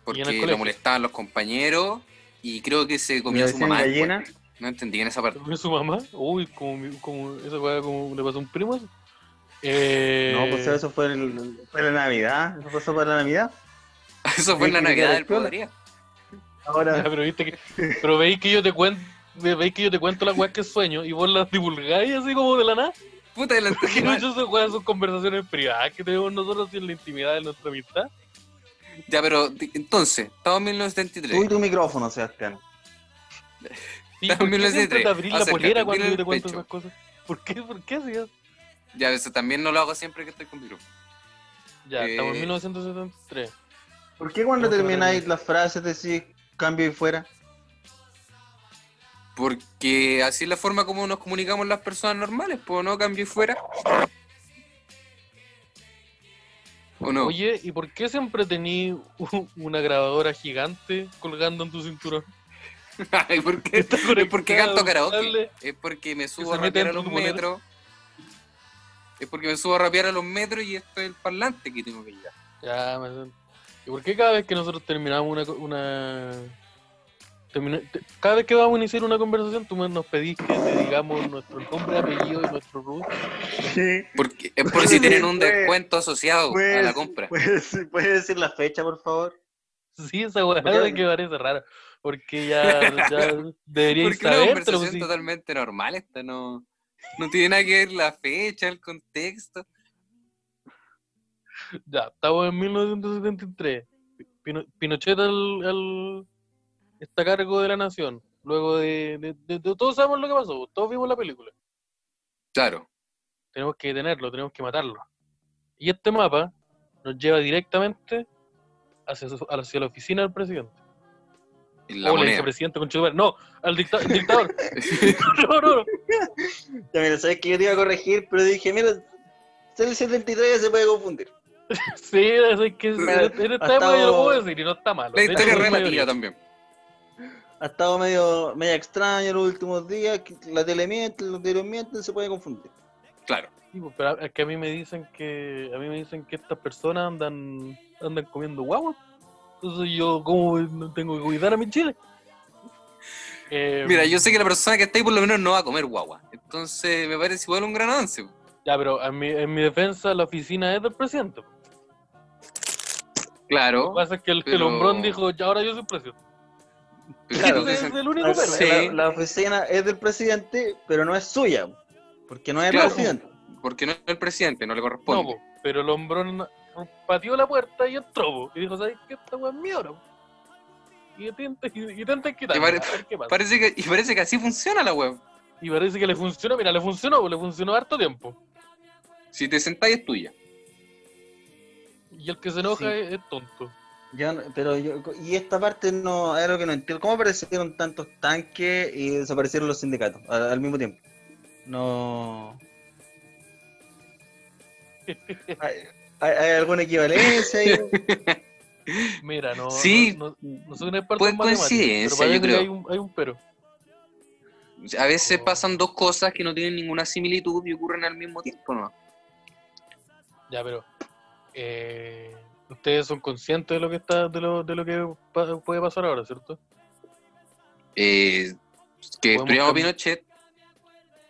Speaker 4: Porque
Speaker 3: colegio.
Speaker 4: lo molestaban los compañeros y creo que se
Speaker 5: Le
Speaker 4: comió a su
Speaker 5: decían
Speaker 4: mamá.
Speaker 5: gallina.
Speaker 4: después. No entendí en esa parte.
Speaker 3: También su mamá. Uy, como, mi- como esa weá como le pasó a un primo. Eh,
Speaker 5: No, pues eso fue, el, fue la Navidad. Eso pasó para la Navidad.
Speaker 4: Eso fue en la
Speaker 5: Sí, que
Speaker 4: Navidad
Speaker 5: era
Speaker 4: del
Speaker 5: piola.
Speaker 4: Podría.
Speaker 3: Ya,
Speaker 5: Ahora,
Speaker 3: pero viste que. Pero veis que yo te cuento. Veis que yo te cuento las weas que sueño y vos las divulgáis así como de la nada.
Speaker 4: Puta, la entendí
Speaker 3: Que no,
Speaker 4: mal.
Speaker 3: yo esas weas son conversaciones privadas que tenemos nosotros en la intimidad de nuestra amistad.
Speaker 4: Ya, pero di- entonces, estaba en
Speaker 5: tú y
Speaker 4: 1973.
Speaker 5: tu micrófono, Sebastián.
Speaker 3: Sí,
Speaker 4: También
Speaker 3: ¿por qué
Speaker 4: lo
Speaker 3: siempre
Speaker 4: hiciste.
Speaker 3: te abrís la
Speaker 4: Acércate,
Speaker 3: polera cuando
Speaker 4: mira
Speaker 3: yo te
Speaker 4: el
Speaker 3: cuento
Speaker 4: pecho.
Speaker 3: esas cosas? ¿Por qué? ¿Por qué hacías?
Speaker 4: Ya, eso también no lo hago siempre que estoy contigo.
Speaker 3: Ya,
Speaker 4: Eh.
Speaker 3: estamos en 1973.
Speaker 5: ¿Por qué cuando
Speaker 3: No, pero-
Speaker 5: termináis las frases decís cambio y fuera?
Speaker 4: Porque así es la forma como nos comunicamos las personas normales, pues no cambio y fuera. ¿O no?
Speaker 3: Oye, ¿y por qué siempre tení u- una grabadora gigante colgando en tu cinturón?
Speaker 4: Ay, ¿por qué?
Speaker 3: Está
Speaker 4: Es porque
Speaker 3: conectada a
Speaker 4: canto
Speaker 3: un cable.
Speaker 4: karaoke. Es porque me subo a
Speaker 3: se mete
Speaker 4: rapear
Speaker 3: dentro
Speaker 4: a los
Speaker 3: de tu polera.
Speaker 4: metros. Es porque me subo a rapear a los metros y esto es el parlante que tengo que llevar.
Speaker 3: Ya, me- ¿Y por qué cada vez que nosotros terminamos una... co- una... termina- te- Cada vez que vamos a iniciar una conversación, tú me- nos pedís que te digamos nuestro nombre, apellido y nuestro root.
Speaker 5: Sí.
Speaker 4: Porque, es por si tienen un
Speaker 5: Pues,
Speaker 4: descuento asociado a
Speaker 5: Puedes-
Speaker 4: la compra.
Speaker 5: ¿Puedes, puedes decir la fecha, por favor?
Speaker 3: Sí, esa weá
Speaker 5: Bacán.
Speaker 3: de que parece raro. Porque ya, ya deberíais
Speaker 4: Porque una
Speaker 3: saber, pero
Speaker 4: conversación
Speaker 3: sí.
Speaker 4: totalmente normal esta, no, no tiene nada que ver la fecha, el contexto.
Speaker 3: Ya, estamos en 1973. Pino- Pinochet al, al- está a cargo de la nación. Luego de, de- de- de- Todos sabemos lo que pasó, todos vimos la película.
Speaker 4: Claro.
Speaker 3: Tenemos que detenerlo, tenemos que matarlo. Y este mapa nos lleva directamente hacia, su- hacia la oficina del presidente.
Speaker 4: en
Speaker 3: La
Speaker 4: La
Speaker 3: o el
Speaker 4: moneda.
Speaker 3: vicepresidente con No, al dicta- dictador. no, no, no.
Speaker 5: Ya, mira, sabes que yo te iba a corregir, pero dije, mira, el 73 ya se puede confundir.
Speaker 3: Sí, es que en
Speaker 5: Pero
Speaker 3: en
Speaker 5: ha
Speaker 3: esta época yo lo
Speaker 5: estado-
Speaker 3: puedo decir y no está malo.
Speaker 4: La
Speaker 3: De hecho,
Speaker 4: historia es
Speaker 3: soy
Speaker 4: relativa
Speaker 3: mayorista.
Speaker 4: también.
Speaker 5: Ha estado medio, medio extraño los últimos días, que la tele miente, los diarios mienten, se puede confundir.
Speaker 4: Claro.
Speaker 3: Sí, pues, pero es que a mí me dicen que a mí me dicen que estas personas andan andan comiendo guagua. Entonces yo como no tengo que cuidar a mi chile. Eh,
Speaker 4: Mira, yo sé que la persona que está ahí por lo menos no va a comer guagua. Entonces me parece igual un gran avance. po.
Speaker 3: ya, pero a mi- en mi defensa la oficina es del presidente. Lo
Speaker 4: Claro.
Speaker 3: que pasa es que el, que el
Speaker 4: pero-
Speaker 3: hombrón dijo, ya ahora yo soy presidente.
Speaker 4: Pero
Speaker 3: Ese
Speaker 5: Claro.
Speaker 4: entonces-
Speaker 3: es el único
Speaker 5: La,
Speaker 3: pero.
Speaker 4: sí.
Speaker 5: la- la oficina es del presidente, pero no es suya, porque no es
Speaker 4: Claro.
Speaker 5: el presidente.
Speaker 4: Porque no es el presidente, no le
Speaker 3: No,
Speaker 4: corresponde.
Speaker 3: po, pero el hombrón pateó la puerta y entró po, y dijo, ¿sabes qué? Esta weá es mía ahora. po". Y intenta y intenta quitarla,
Speaker 4: pare-
Speaker 3: a ver qué pasa.
Speaker 4: parece que, y parece que así funciona la web.
Speaker 3: Y parece que le funcionó, mira, le funcionó, po, le funcionó harto tiempo.
Speaker 4: Si te sentáis es tuya.
Speaker 3: Y el que se enoja
Speaker 5: Sí.
Speaker 3: es, es tonto.
Speaker 5: Yo no- pero yo, y esta parte no es lo que no entiendo. ¿Cómo aparecieron tantos tanques y desaparecieron los sindicatos al, al mismo tiempo? No. ¿Hay, hay- hay alguna equivalencia? ahí?
Speaker 3: Mira, no,
Speaker 4: Sí.
Speaker 3: no, no- no soy un experto
Speaker 4: Pues
Speaker 3: en matemáticas,
Speaker 4: coincidencia,
Speaker 3: pero
Speaker 4: yo
Speaker 3: parece que
Speaker 4: creo.
Speaker 3: Hay un, hay un pero.
Speaker 4: A veces
Speaker 3: Oh.
Speaker 4: pasan dos cosas que no tienen ninguna similitud y ocurren al mismo tiempo, ¿no?
Speaker 3: Ya, pero eh, ustedes son conscientes de lo que está, de lo, de lo que pa- puede pasar ahora, ¿cierto?
Speaker 4: Eh, que
Speaker 3: Podemos
Speaker 4: destruyamos a
Speaker 3: cambiar-
Speaker 4: Pinochet,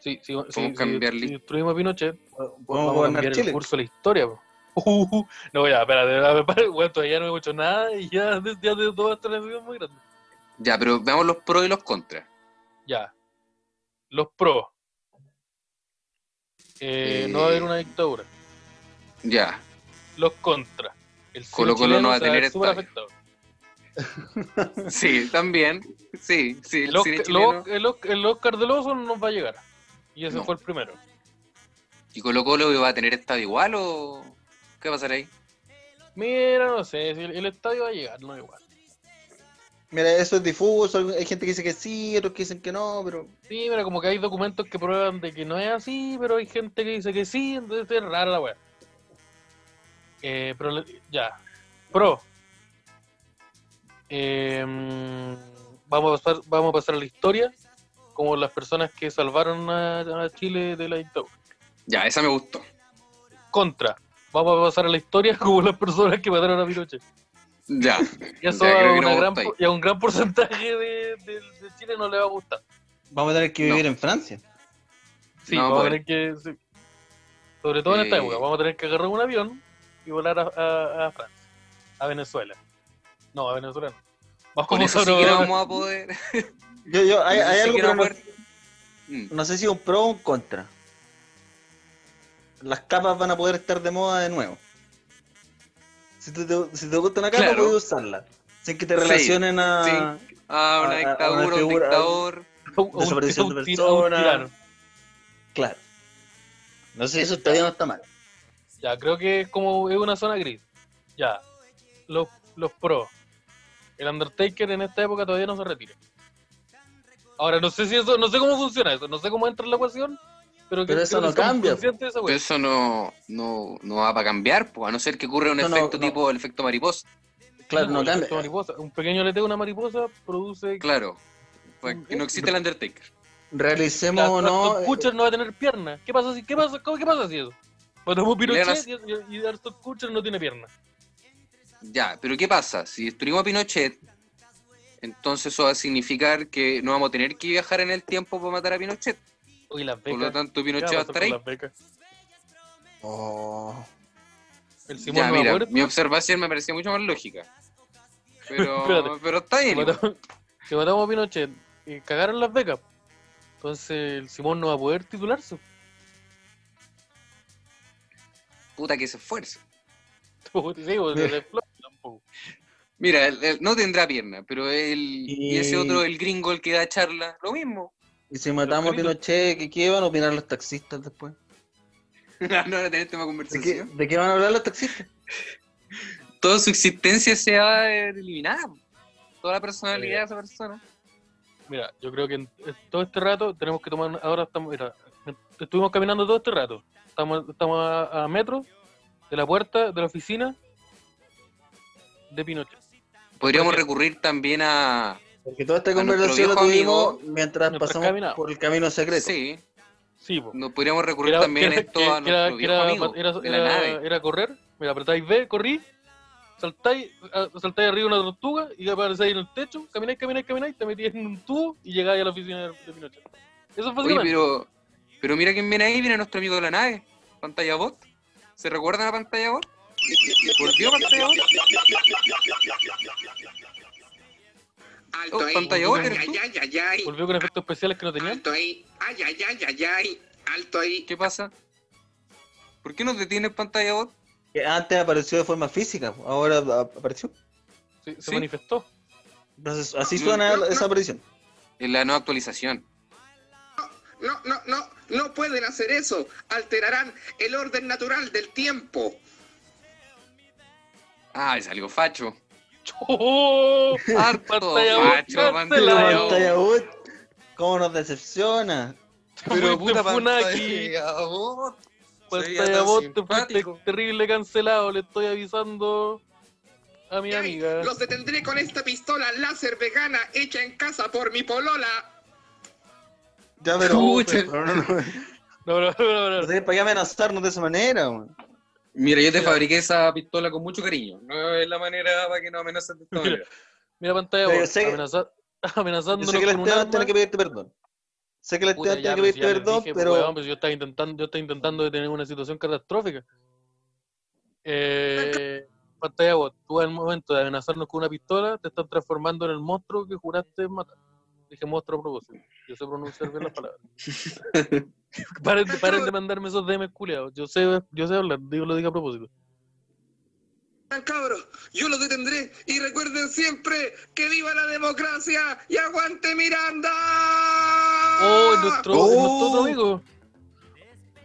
Speaker 3: Sí, sí, sí,
Speaker 4: Podemos cambiar
Speaker 3: sí,
Speaker 4: li-
Speaker 3: si destruimos a Pinochet,
Speaker 5: ¿Podemos
Speaker 3: vamos a cambiar
Speaker 5: gobernar Chile?
Speaker 3: el curso de la historia. po. Uh, no, ya, espérate, espérate, espérate, bueno, todavía no hemos hecho nada y ya, ya de toda esta relación muy grande.
Speaker 4: ya, pero veamos los pros y los contras.
Speaker 3: Ya. Los pros. Eh, No va a haber
Speaker 4: Eh.
Speaker 3: una dictadura.
Speaker 4: Ya,
Speaker 3: Los contras. El cine
Speaker 4: Colo Colo no
Speaker 3: chileno
Speaker 4: va a
Speaker 3: se ver
Speaker 4: tener
Speaker 3: súper
Speaker 4: estadio.
Speaker 3: afectado.
Speaker 4: sí, también. Sí, sí, el
Speaker 3: el, Oscar,
Speaker 4: cine
Speaker 3: el
Speaker 4: chileno.
Speaker 3: Osc- el Osc- el Oscar del Oso no nos va a llegar. Y ese
Speaker 4: No.
Speaker 3: fue el primero.
Speaker 4: ¿Y Colo Colo va a tener estadio igual o qué va a pasar ahí?
Speaker 3: Mira, no sé, si el, el estadio va a llegar, no igual.
Speaker 5: Mira, eso es difuso. Hay gente que dice que sí, otros que dicen que no, pero.
Speaker 3: Sí, mira, como que hay documentos que prueban de que no es así, pero hay gente que dice que sí, entonces es rara la weá. Eh, pero le- ya. Pro. Em, vamos, a pasar, vamos a pasar a la historia como las personas que salvaron a- a Chile de la dictadura.
Speaker 4: Ya, esa me gustó.
Speaker 3: Contra. Vamos a pasar a la historia como las personas que mataron a Pinochet.
Speaker 4: Ya,
Speaker 3: Y eso
Speaker 4: Ya, creo
Speaker 3: a,
Speaker 4: que
Speaker 3: una
Speaker 4: no
Speaker 3: gran,
Speaker 4: votáis.
Speaker 3: y a un gran porcentaje de, de- de Chile no le va a gustar.
Speaker 5: Vamos a tener que
Speaker 4: No.
Speaker 5: vivir en Francia.
Speaker 3: Sí,
Speaker 4: No,
Speaker 3: vamos a
Speaker 4: pobre.
Speaker 3: tener que. sí. Sobre todo en esta
Speaker 4: Eh.
Speaker 3: época, vamos a tener que agarrar un avión y volar a, a- a Francia, a Venezuela. No, a Venezuela no. Vamos
Speaker 4: con eso
Speaker 3: a
Speaker 4: sí que no
Speaker 3: probar-
Speaker 4: vamos a poder.
Speaker 5: Yo, yo, hay,
Speaker 4: con eso
Speaker 5: hay
Speaker 4: sí
Speaker 5: algo
Speaker 4: que no
Speaker 5: que no,
Speaker 4: vamos a poder- Mm.
Speaker 5: no sé si un pro o un contra. Las capas van a poder estar de moda de nuevo. Si te, te- si te gusta una capa,
Speaker 4: Claro.
Speaker 5: puedes usarla. Sin que te
Speaker 4: Sí,
Speaker 5: relacionen a.
Speaker 4: Ah,
Speaker 5: A- a- a
Speaker 4: una
Speaker 5: una
Speaker 4: dictadura, un
Speaker 5: figura-
Speaker 4: dictador.
Speaker 3: a un- a un
Speaker 5: Desaparición de
Speaker 3: tiro- a un
Speaker 5: personas.
Speaker 3: tirano.
Speaker 5: Claro. No sé, eso todavía no está mal.
Speaker 3: Ya, creo que es como es una zona gris. Ya. Los, los pros. El Undertaker en esta época todavía no se retira. Ahora, no sé si eso, no sé cómo funciona eso, no sé cómo entra en la ecuación, pero, que-
Speaker 5: Pero eso
Speaker 3: creo que
Speaker 5: no
Speaker 3: somos
Speaker 5: cambia,
Speaker 3: conscientes de esa
Speaker 4: Pero
Speaker 3: wea.
Speaker 4: Pues eso no, no, no va para cambiar, po, a no ser que ocurra un
Speaker 5: No, no,
Speaker 4: efecto
Speaker 5: no.
Speaker 4: tipo el efecto mariposa.
Speaker 5: Claro, no
Speaker 3: El efecto
Speaker 5: cambia.
Speaker 3: mariposa. Un pequeño aleteo de una mariposa produce que
Speaker 4: Claro, pues, que no existe el Undertaker.
Speaker 5: Realicemos
Speaker 3: la-
Speaker 5: o no. eh,
Speaker 3: Aston Kutcher no va a tener pierna. ¿Qué pasa si, qué pasa, cómo- qué pasa si eso? Matamos a Pinochet y, y Aston Kutcher no tiene pierna.
Speaker 4: Ya, pero ¿qué pasa? Si destruimos a Pinochet, entonces eso va a significar que no vamos a tener que viajar en el tiempo para matar a Pinochet.
Speaker 3: Uy, las
Speaker 4: Por lo
Speaker 3: becas.
Speaker 4: tanto,
Speaker 3: ¿Qué va a
Speaker 4: Pinochet va
Speaker 3: pasar
Speaker 4: a estar
Speaker 3: con
Speaker 4: ahí.
Speaker 3: las becas?
Speaker 5: Oh.
Speaker 3: El Simón
Speaker 4: Ya,
Speaker 3: no va a
Speaker 4: mira,
Speaker 3: poder-
Speaker 4: mi observación me parecía mucho más lógica. Pero,
Speaker 3: Espérate.
Speaker 4: pero está
Speaker 3: que
Speaker 4: bien. igual.
Speaker 3: matamos, que matamos a Pinochet y cagaron las becas. Entonces el Simón no va a poder titularse.
Speaker 4: Puta que se esfuerce.
Speaker 3: Sí, pues, se le explota tampoco.
Speaker 4: Mira, el- el- no tendrá pierna, pero el, y ese
Speaker 5: Y-
Speaker 4: otro, el gringo, el que da charla, lo mismo.
Speaker 5: Y si matamos a
Speaker 3: Los gritos.
Speaker 5: Pinochet, ¿qué, ¿qué van a opinar los taxistas después?
Speaker 4: no van a tener tema de
Speaker 5: ¿De qué,
Speaker 4: conversación.
Speaker 5: de qué van a hablar los taxistas?
Speaker 4: Toda su existencia se va a eliminar. Toda la personalidad de esa persona.
Speaker 3: Mira, yo creo que en- en todo este rato tenemos que tomar. Ahora estamos. Mira, estuvimos caminando todo este rato. Estamos, estamos a, a metro de la puerta de la oficina de Pinochet.
Speaker 4: Podríamos
Speaker 3: Porque-
Speaker 4: recurrir también a.
Speaker 5: Porque toda esta
Speaker 4: A Ah, nuestro
Speaker 5: conversación la
Speaker 4: viejo
Speaker 5: tuvimos
Speaker 4: amigo,
Speaker 5: mientras
Speaker 3: mientras
Speaker 5: pasamos
Speaker 3: caminamos.
Speaker 5: por el camino secreto.
Speaker 4: Sí,
Speaker 3: Sí, po.
Speaker 4: nos podríamos recurrir
Speaker 3: Era-
Speaker 4: también
Speaker 3: que-
Speaker 4: esto
Speaker 3: que-
Speaker 4: a
Speaker 3: que era-
Speaker 4: nuestro
Speaker 3: que
Speaker 4: viejo
Speaker 3: era-
Speaker 4: amigo
Speaker 3: era-
Speaker 4: de la
Speaker 3: era-
Speaker 4: nave.
Speaker 3: era correr, mira, apretáis B, corrí, saltáis, a- saltáis arriba de una tortuga y aparecéis en el techo, camináis, camináis, camináis, te metíais en un tubo y llegáis a la oficina de, de Pinochet. Eso es
Speaker 4: Oye,
Speaker 3: fácilmente.
Speaker 4: pero, pero mira quién viene ahí, viene nuestro amigo de la nave. Pantalla bot. ¿Se recuerdan a pantalla bot? ¿Volvió pantalla bot?
Speaker 7: Alto
Speaker 4: Oh,
Speaker 7: ahí.
Speaker 4: pantalla
Speaker 3: ahora,
Speaker 7: ay,
Speaker 4: ¿eres tú?
Speaker 7: ay, ay, ay,
Speaker 3: Volvió con efectos especiales que no tenía.
Speaker 7: Alto ahí. Ay, ay, ay, ay, ay. Alto ahí.
Speaker 4: ¿Qué pasa? ¿Por qué nos detiene pantalla bot?
Speaker 5: Que antes apareció de forma física, ahora a- apareció.
Speaker 3: Sí, se
Speaker 4: Sí.
Speaker 3: manifestó.
Speaker 5: Entonces, así
Speaker 7: No,
Speaker 5: suena
Speaker 7: no,
Speaker 5: esa
Speaker 7: no.
Speaker 5: aparición.
Speaker 4: En la nueva actualización.
Speaker 7: No, no, no. No pueden hacer eso. Alterarán el orden natural del tiempo.
Speaker 4: Ay, salió Ah, facho.
Speaker 3: ¡Oh!
Speaker 4: Harto
Speaker 3: Pantalla bot,
Speaker 4: facho,
Speaker 3: cancela.
Speaker 4: pantalla
Speaker 3: Pero-
Speaker 4: bot.
Speaker 5: Pantalla Wood, ¿Cómo nos decepciona?
Speaker 3: Fuiste
Speaker 4: Pero puta
Speaker 3: Funaki.
Speaker 4: pantalla bot. Sería
Speaker 3: Pantalla
Speaker 4: tan
Speaker 3: bot, Pues te fuiste
Speaker 4: simpático.
Speaker 3: terrible cancelado, le estoy avisando a mi
Speaker 7: Ay,
Speaker 3: amiga.
Speaker 7: Los detendré con esta pistola láser vegana hecha en casa por mi polola.
Speaker 5: Ya, pero.
Speaker 4: Chucha.
Speaker 5: pero no, no, no.
Speaker 3: No, no, no, no, no.
Speaker 5: ¿Para qué amenazarnos de esa manera? man?
Speaker 4: Mira, yo te
Speaker 3: Mira.
Speaker 4: fabriqué esa pistola con mucho cariño. No es la manera para que nos amenaces de esta
Speaker 3: Mira.
Speaker 4: manera.
Speaker 3: Mira pantalla
Speaker 5: Pero
Speaker 3: bot,
Speaker 5: yo sé que-
Speaker 3: amenaza-
Speaker 5: Yo
Speaker 3: amenazándonos
Speaker 5: sé que el
Speaker 3: con un
Speaker 5: Esteban
Speaker 3: arma.
Speaker 5: tiene que pedirte perdón. Sé que el
Speaker 3: Puta,
Speaker 5: Esteban
Speaker 3: ya,
Speaker 5: tiene que
Speaker 3: pues,
Speaker 5: pedirte
Speaker 3: ya les
Speaker 5: perdón,
Speaker 3: dije, pues,
Speaker 5: pero.
Speaker 3: weón, pues, yo estaba intentando, yo estaba intentando detener una situación catastrófica. Eh, pantalla bot, tú al momento de amenazarnos con una pistola, te estás transformando en el monstruo que juraste matar. Dije monstruo a propósito. Yo sé pronunciar bien las palabras. paren, de- paren de mandarme esos DM culiados. Yo sé, yo sé hablar, digo lo digo a propósito.
Speaker 7: Tan Cabros, yo los detendré y recuerden siempre que viva la democracia y aguante Miranda.
Speaker 3: ¡Oh! es nuestro, es nuestro otro
Speaker 5: ¡Oh!
Speaker 3: amigo.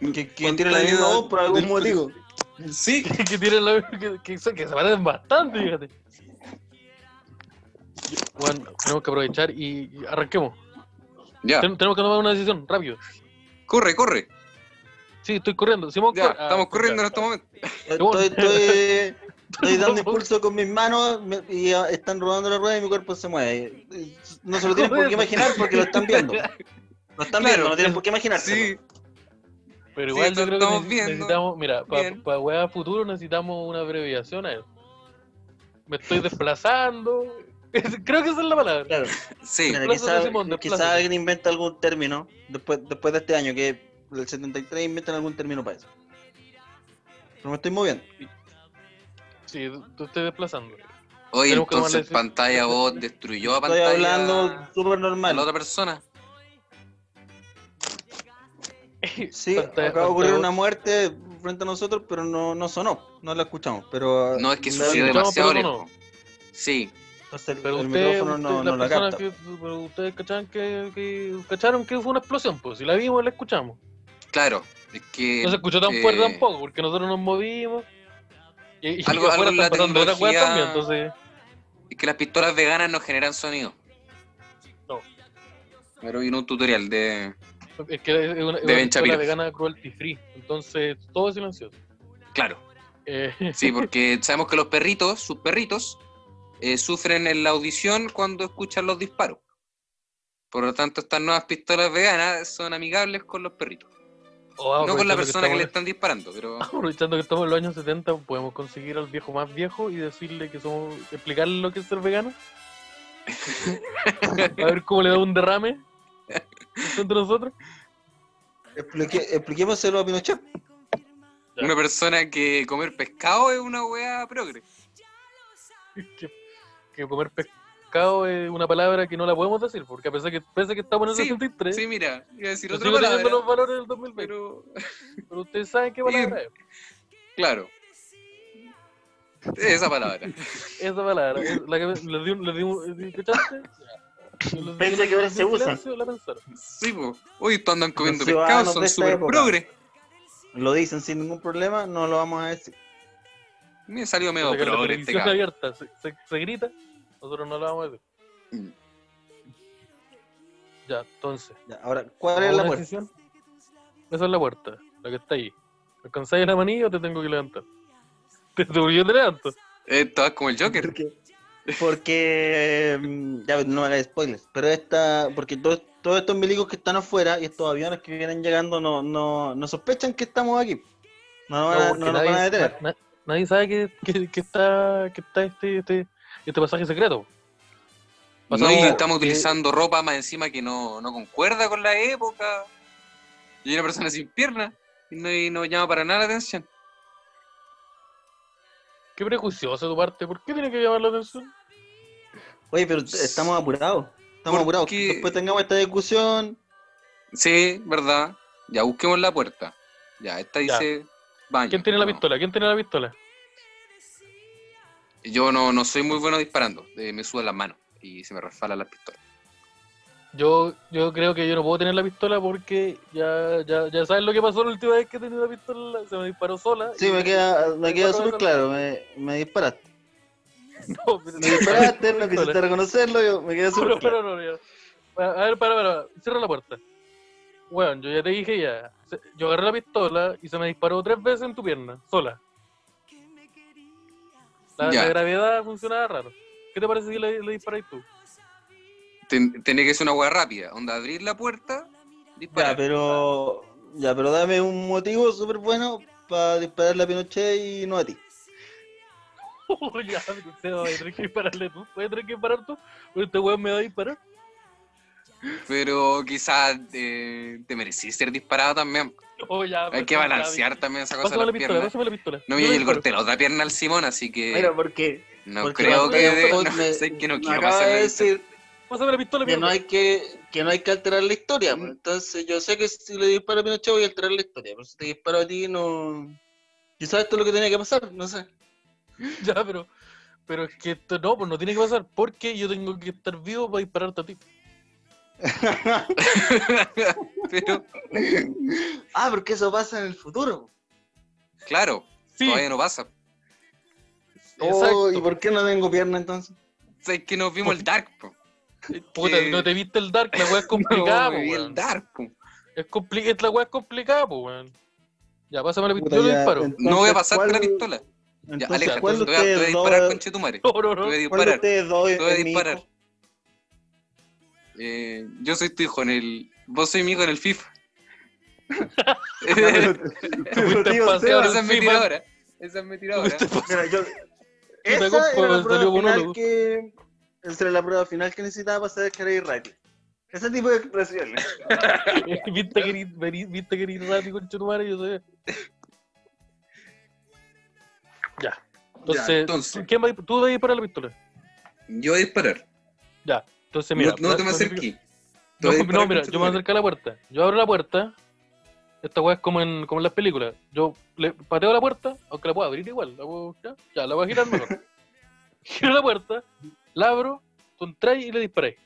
Speaker 5: Que, que tiene la misma voz por algún motivo.
Speaker 4: Sí.
Speaker 3: que tienen la que, que, se- que se parecen bastante, fíjate. Bueno, tenemos que aprovechar y y arranquemos.
Speaker 4: Ya.
Speaker 3: Ten- tenemos que tomar una decisión, rápido.
Speaker 4: Corre, corre.
Speaker 3: Sí, estoy corriendo. Simón,
Speaker 4: Ya,
Speaker 3: corre. Ah,
Speaker 4: estamos
Speaker 3: puta.
Speaker 4: corriendo en este momento.
Speaker 5: Estoy, estoy, estoy dando impulso con mis manos me- y ah, están robando la rueda y mi cuerpo se mueve. No se lo tienen por qué imaginar porque lo están viendo. Lo están
Speaker 4: Claro,
Speaker 5: viendo, no tienen por qué imaginarse. pues,
Speaker 4: Sí.
Speaker 3: Pero
Speaker 4: Sí,
Speaker 3: igual
Speaker 4: esto
Speaker 3: yo creo
Speaker 4: estamos
Speaker 3: que neces-
Speaker 4: viendo.
Speaker 3: necesitamos, mira,
Speaker 4: Bien.
Speaker 3: para pa weas futuro necesitamos una abreviación a él. Me estoy desplazando. creo que esa es la palabra.
Speaker 5: Claro.
Speaker 4: Sí.
Speaker 5: Mira,
Speaker 3: Plaza de
Speaker 5: quizá,
Speaker 3: Simón, de
Speaker 5: quizá
Speaker 3: Plaza.
Speaker 5: alguien inventa algún término después, después de este año, que el 73 inventan algún término para eso. Pero me estoy moviendo.
Speaker 3: Sí, te estoy desplazando.
Speaker 4: Oye,
Speaker 3: Tenemos que tomarle
Speaker 4: entonces
Speaker 3: ese-
Speaker 4: pantalla bot destruyó a
Speaker 5: Estoy
Speaker 4: pantalla.
Speaker 5: hablando súper
Speaker 4: a la
Speaker 5: normal.
Speaker 4: otra persona.
Speaker 5: Sí,
Speaker 3: Pantalla-
Speaker 5: acaba de ocurrir
Speaker 3: pantalla-
Speaker 5: una muerte frente a nosotros, pero no, no sonó, no la escuchamos. Pero eh,
Speaker 4: No, es que
Speaker 5: la-
Speaker 4: sucedió
Speaker 3: escuchamos,
Speaker 4: demasiado
Speaker 3: pero no,
Speaker 4: lejos. Sí.
Speaker 5: entonces el,
Speaker 3: Pero
Speaker 5: el
Speaker 3: ustedes,
Speaker 5: micrófono no,
Speaker 3: ustedes- las
Speaker 5: no la
Speaker 3: personas
Speaker 5: capta.
Speaker 3: que- pero ustedes cacharon que, que- cacharon que fue una explosión, pues si la vimos, la escuchamos.
Speaker 4: Claro. Es que.
Speaker 3: No se escuchó tan
Speaker 4: eh,
Speaker 3: fuerte tampoco, porque nosotros nos movimos. Y, y
Speaker 4: Algo- algo
Speaker 3: afuera
Speaker 4: en la
Speaker 3: están pasando otras weas
Speaker 4: tecnología-
Speaker 3: también, entonces.
Speaker 4: Es que las pistolas veganas no generan sonido.
Speaker 3: No.
Speaker 4: Pero vino un tutorial de.
Speaker 3: Es que es una, es
Speaker 4: Ben
Speaker 3: una pistola
Speaker 4: Shapiro.
Speaker 3: vegana cruelty free, entonces todo es silencioso.
Speaker 4: Claro.
Speaker 3: Eh,
Speaker 4: Sí, porque sabemos que los perritos, sus perritos, eh, sufren en la audición cuando escuchan los disparos. Por lo tanto, estas nuevas pistolas veganas son amigables con los perritos.
Speaker 3: oh,
Speaker 4: No con la
Speaker 3: aprovechando
Speaker 4: persona que,
Speaker 3: estamos-
Speaker 4: le están disparando, pero
Speaker 3: Aprovechando que estamos en los años 70, podemos conseguir al viejo más viejo y decirle que somos. explicarle lo que es ser vegano. A ver cómo le da un derrame entre nosotros.
Speaker 5: Explique- expliquémoselo a Pinochet.
Speaker 3: Ya.
Speaker 4: una persona que comer pescado es una wea progre.
Speaker 3: que, que que comer pescado es una palabra que no la podemos decir, porque a pesar que, pese que estamos en el
Speaker 4: Sí,
Speaker 3: 63,
Speaker 4: Sí, mira, iba a decir
Speaker 3: nos
Speaker 4: otra
Speaker 3: siguen teniendo
Speaker 4: palabra,
Speaker 3: los valores del 2020. Pero,
Speaker 4: pero
Speaker 3: ustedes saben qué palabra es.
Speaker 4: claro. Esa palabra.
Speaker 3: Esa palabra. es La que les di un. Les di un ¿Escuchaste?
Speaker 5: Pensé que ahora se usa.
Speaker 3: La pensaron.
Speaker 4: Sí, po. Hoy tú andan comiendo pescado,
Speaker 5: ciudadanos de
Speaker 4: son
Speaker 5: esta
Speaker 4: súper
Speaker 5: época.
Speaker 4: progres.
Speaker 5: Lo dicen sin ningún problema, no lo vamos a decir.
Speaker 4: Me salió medio
Speaker 3: Porque la
Speaker 4: progre este
Speaker 3: televisión
Speaker 4: cabrón.
Speaker 3: abierta se, se, se grita, nosotros no la vamos a decir.
Speaker 4: Mm.
Speaker 3: Ya, entonces.
Speaker 5: Ya, ahora, ¿cuál es
Speaker 3: ¿Alguna
Speaker 5: la puerta?
Speaker 3: decisión? Esa es la puerta, la que está ahí. ¿Alcanzáis la manilla o te tengo que levantar? Te te- yo te levanto.
Speaker 4: Eh, Estabas como el Joker.
Speaker 5: Porque, porque mm, ya no haga spoilers, pero esta, porque to- todos estos milicos que están afuera y estos aviones que vienen llegando no, no, no sospechan que estamos aquí. No, van a-
Speaker 3: porque
Speaker 5: no nos van a detener.
Speaker 3: na- nadie sabe que, que, que está, que está este, este, este pasaje secreto.
Speaker 4: No, y
Speaker 3: Pasamos-
Speaker 4: estamos utilizando ropa más encima que no, no concuerda con la época. Y hay una persona sin pierna. Y no, y no llama para nada la atención.
Speaker 3: Qué prejuicioso de tu parte, ¿por qué tiene que llamar la atención?
Speaker 5: Oye, pero t- estamos apurados. Estamos
Speaker 4: Porque-
Speaker 5: apurados. que Después tengamos esta discusión.
Speaker 4: Sí, ¿verdad? Ya busquemos la puerta. Ya, esta
Speaker 3: Ya.
Speaker 4: dice baño.
Speaker 3: ¿Quién tiene la
Speaker 4: No.
Speaker 3: pistola? ¿Quién tiene la pistola?
Speaker 4: Yo no, no soy muy bueno disparando. eh, me sudan las manos y se me resbalan las pistolas.
Speaker 3: Yo, yo creo que yo no puedo tener la pistola porque ya, ya, ya sabes lo que pasó la última vez que tenía la pistola, se me disparó sola.
Speaker 5: Sí,
Speaker 3: y-
Speaker 5: me queda, me
Speaker 3: y-
Speaker 5: queda
Speaker 3: y-
Speaker 5: súper claro. Me, me disparaste.
Speaker 3: No, pero-
Speaker 5: Me disparaste, no
Speaker 3: pistola.
Speaker 5: quisiste reconocerlo. yo- me queda súper
Speaker 3: No,
Speaker 5: claro.
Speaker 3: no, no, no, ya. A a ver, para, para, cierra la puerta. Bueno, yo ya te dije ya. Se- Yo agarré la pistola y se me disparó tres veces en tu pierna, sola. La,
Speaker 4: Ya.
Speaker 3: la gravedad funcionaba raro. ¿Qué te parece si le, le disparáis tú?
Speaker 4: Ten- tiene que ser una hueá rápida. Onda, abrir la puerta, disparar.
Speaker 5: Ya, pero, ya, pero dame un motivo súper bueno para dispararle a Pinochet y no a ti.
Speaker 3: Oh, ya, pero Seba, voy a tener que dispararle tú. Voy a tener que disparar tú. Porque este weón me va a disparar.
Speaker 4: Pero quizás eh, te merecís ser disparado también.
Speaker 3: Oh, ya,
Speaker 4: Hay
Speaker 3: pero
Speaker 4: que
Speaker 3: ya,
Speaker 4: balancear también esa cosa de
Speaker 3: Pásame
Speaker 4: las
Speaker 3: Ah, la pistola,
Speaker 4: piernas.
Speaker 3: pásame la pistola. Yo
Speaker 4: No me el
Speaker 3: disparo.
Speaker 4: corte la otra pierna al Simón, así que
Speaker 5: porque, pues,
Speaker 4: no creo que... de- no, sé que no quiero
Speaker 5: acaba
Speaker 4: pasar
Speaker 5: de
Speaker 4: la vista.
Speaker 5: decir
Speaker 3: Pásame la pistola,
Speaker 5: que no,
Speaker 3: mierda.
Speaker 5: hay que, que no hay que alterar la historia. pues. Entonces, yo sé que si le disparo a Pinochet voy a alterar la historia. Pero si te disparo a ti, no. Quizás esto es lo que tenía que pasar, no sé.
Speaker 3: Ya, pero, pero es que esto no, pues no tiene que pasar porque yo tengo que estar vivo para dispararte a ti.
Speaker 4: Pero,
Speaker 5: Ah, porque eso pasa en el futuro.
Speaker 4: claro,
Speaker 3: Sí,
Speaker 4: todavía no pasa.
Speaker 5: Oh,
Speaker 3: exacto.
Speaker 5: ¿Y por qué no tengo pierna entonces?
Speaker 4: Sé que nos vimos el Dark, po.
Speaker 3: Puta,
Speaker 4: que-
Speaker 3: no te viste el Dark, la weá es complicada, po,
Speaker 4: Eh, No, me vi el
Speaker 3: weón.
Speaker 4: Dark, po.
Speaker 3: Es compli es la weá es complicada, po, weón. Ya, pásame la pistola
Speaker 5: Puta,
Speaker 3: y
Speaker 5: ya,
Speaker 3: disparo.
Speaker 5: entonces,
Speaker 4: No voy a pasar con la
Speaker 5: ¿cuál-
Speaker 4: pistola. Ya,
Speaker 5: entonces,
Speaker 4: Aleja,
Speaker 5: ¿cuál
Speaker 4: te
Speaker 5: de
Speaker 4: voy a, te voy a
Speaker 5: ustedes
Speaker 4: disparar,
Speaker 5: dos-
Speaker 4: conchetumare.
Speaker 3: No, no,
Speaker 4: Te
Speaker 3: no.
Speaker 4: voy a
Speaker 5: ¿Cuál de
Speaker 4: disparar.
Speaker 5: ustedes dos
Speaker 4: Te voy a
Speaker 5: es mi hijo?
Speaker 4: disparar. Eh, yo soy tu hijo en el. Vos soy mi hijo en el FIFA.
Speaker 5: Pero-
Speaker 4: Esa
Speaker 5: pero, tío,
Speaker 3: pasado
Speaker 5: Seba,
Speaker 4: es mi
Speaker 3: FIFA.
Speaker 4: tiradora. Esa es mi tiradora.
Speaker 5: mira, yo-
Speaker 3: Puta,
Speaker 5: Esa
Speaker 3: compa,
Speaker 5: era la
Speaker 3: me pues, salió
Speaker 5: prueba final
Speaker 3: monólogo.
Speaker 5: que... Esa era la prueba final que necesitaba para saber que era irradio. Ese tipo de expresiones.
Speaker 3: viste que eres- vení- viste que eres rápido, conchetumare, yo sé. Ya. Entonces,
Speaker 4: Ya, entonces.
Speaker 3: ¿quién va a, tú vas a disparar la pistola?
Speaker 4: Yo voy a disparar.
Speaker 3: Ya. Entonces, mira.
Speaker 4: No, no te me
Speaker 3: planifica-
Speaker 4: acerqué.
Speaker 3: No,
Speaker 4: Te voy
Speaker 3: no,
Speaker 4: a disparar,
Speaker 3: mira, yo me voy a
Speaker 4: conchetumare.
Speaker 3: acercar a la puerta. Yo abro la puerta. Esta weá es como en, como en las películas. Yo le pateo la puerta, aunque la puedo abrir igual. La puedo- ya, ya, la voy a girar mejor. Giro la puerta, la abro, tú entras y le disparé.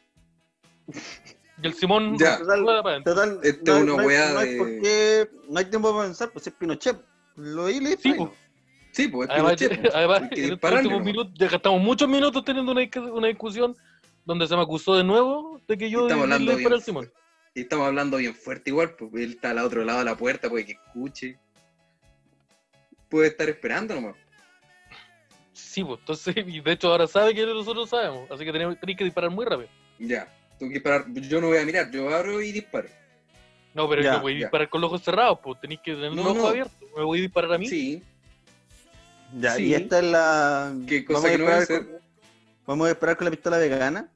Speaker 3: Y el Simón
Speaker 4: Ya.
Speaker 3: rueda para adentro.
Speaker 5: Total,
Speaker 4: Esta es este, una
Speaker 5: hay-
Speaker 4: weá
Speaker 5: no hay
Speaker 4: de-
Speaker 5: por qué- no hay tiempo para pensar, pues es Pinochet. Lo oí y le
Speaker 3: Sí,
Speaker 5: disparé,
Speaker 3: pues.
Speaker 5: ¿no?
Speaker 4: Sí, pues.
Speaker 3: Además,
Speaker 4: es Pinochet, po.
Speaker 3: además,
Speaker 4: Hay que
Speaker 3: en estos
Speaker 4: dispararle,
Speaker 3: últimos
Speaker 4: po.
Speaker 3: minutos, ya gastamos muchos minutos teniendo una, discus- una discusión donde se me acusó de nuevo de que yo
Speaker 4: Estamos
Speaker 3: le-
Speaker 4: hablando
Speaker 3: le disparé
Speaker 4: bien.
Speaker 3: al Simón.
Speaker 4: Y estamos hablando bien fuerte igual, porque él está al otro lado de la puerta, puede que escuche. Puede estar esperando nomás.
Speaker 3: Sí, pues, entonces, y de hecho ahora sabe que nosotros sabemos, así que tenemos, tenéis que disparar muy rápido.
Speaker 4: Ya. Tengo que disparar. Yo no voy a mirar, yo abro y disparo.
Speaker 3: No, pero
Speaker 5: Ya,
Speaker 3: no voy a
Speaker 4: ya.
Speaker 3: disparar con los ojos cerrados, pues tenéis que tener
Speaker 4: No,
Speaker 3: los ojos
Speaker 4: no.
Speaker 3: abiertos. ¿Me voy a disparar a mí?
Speaker 4: Sí.
Speaker 5: Ya,
Speaker 4: Sí.
Speaker 5: y esta es la...
Speaker 4: ¿Qué cosa
Speaker 5: vamos
Speaker 4: que no voy a
Speaker 5: disparar
Speaker 4: hacer?
Speaker 5: con- Vamos a disparar con la pistola vegana.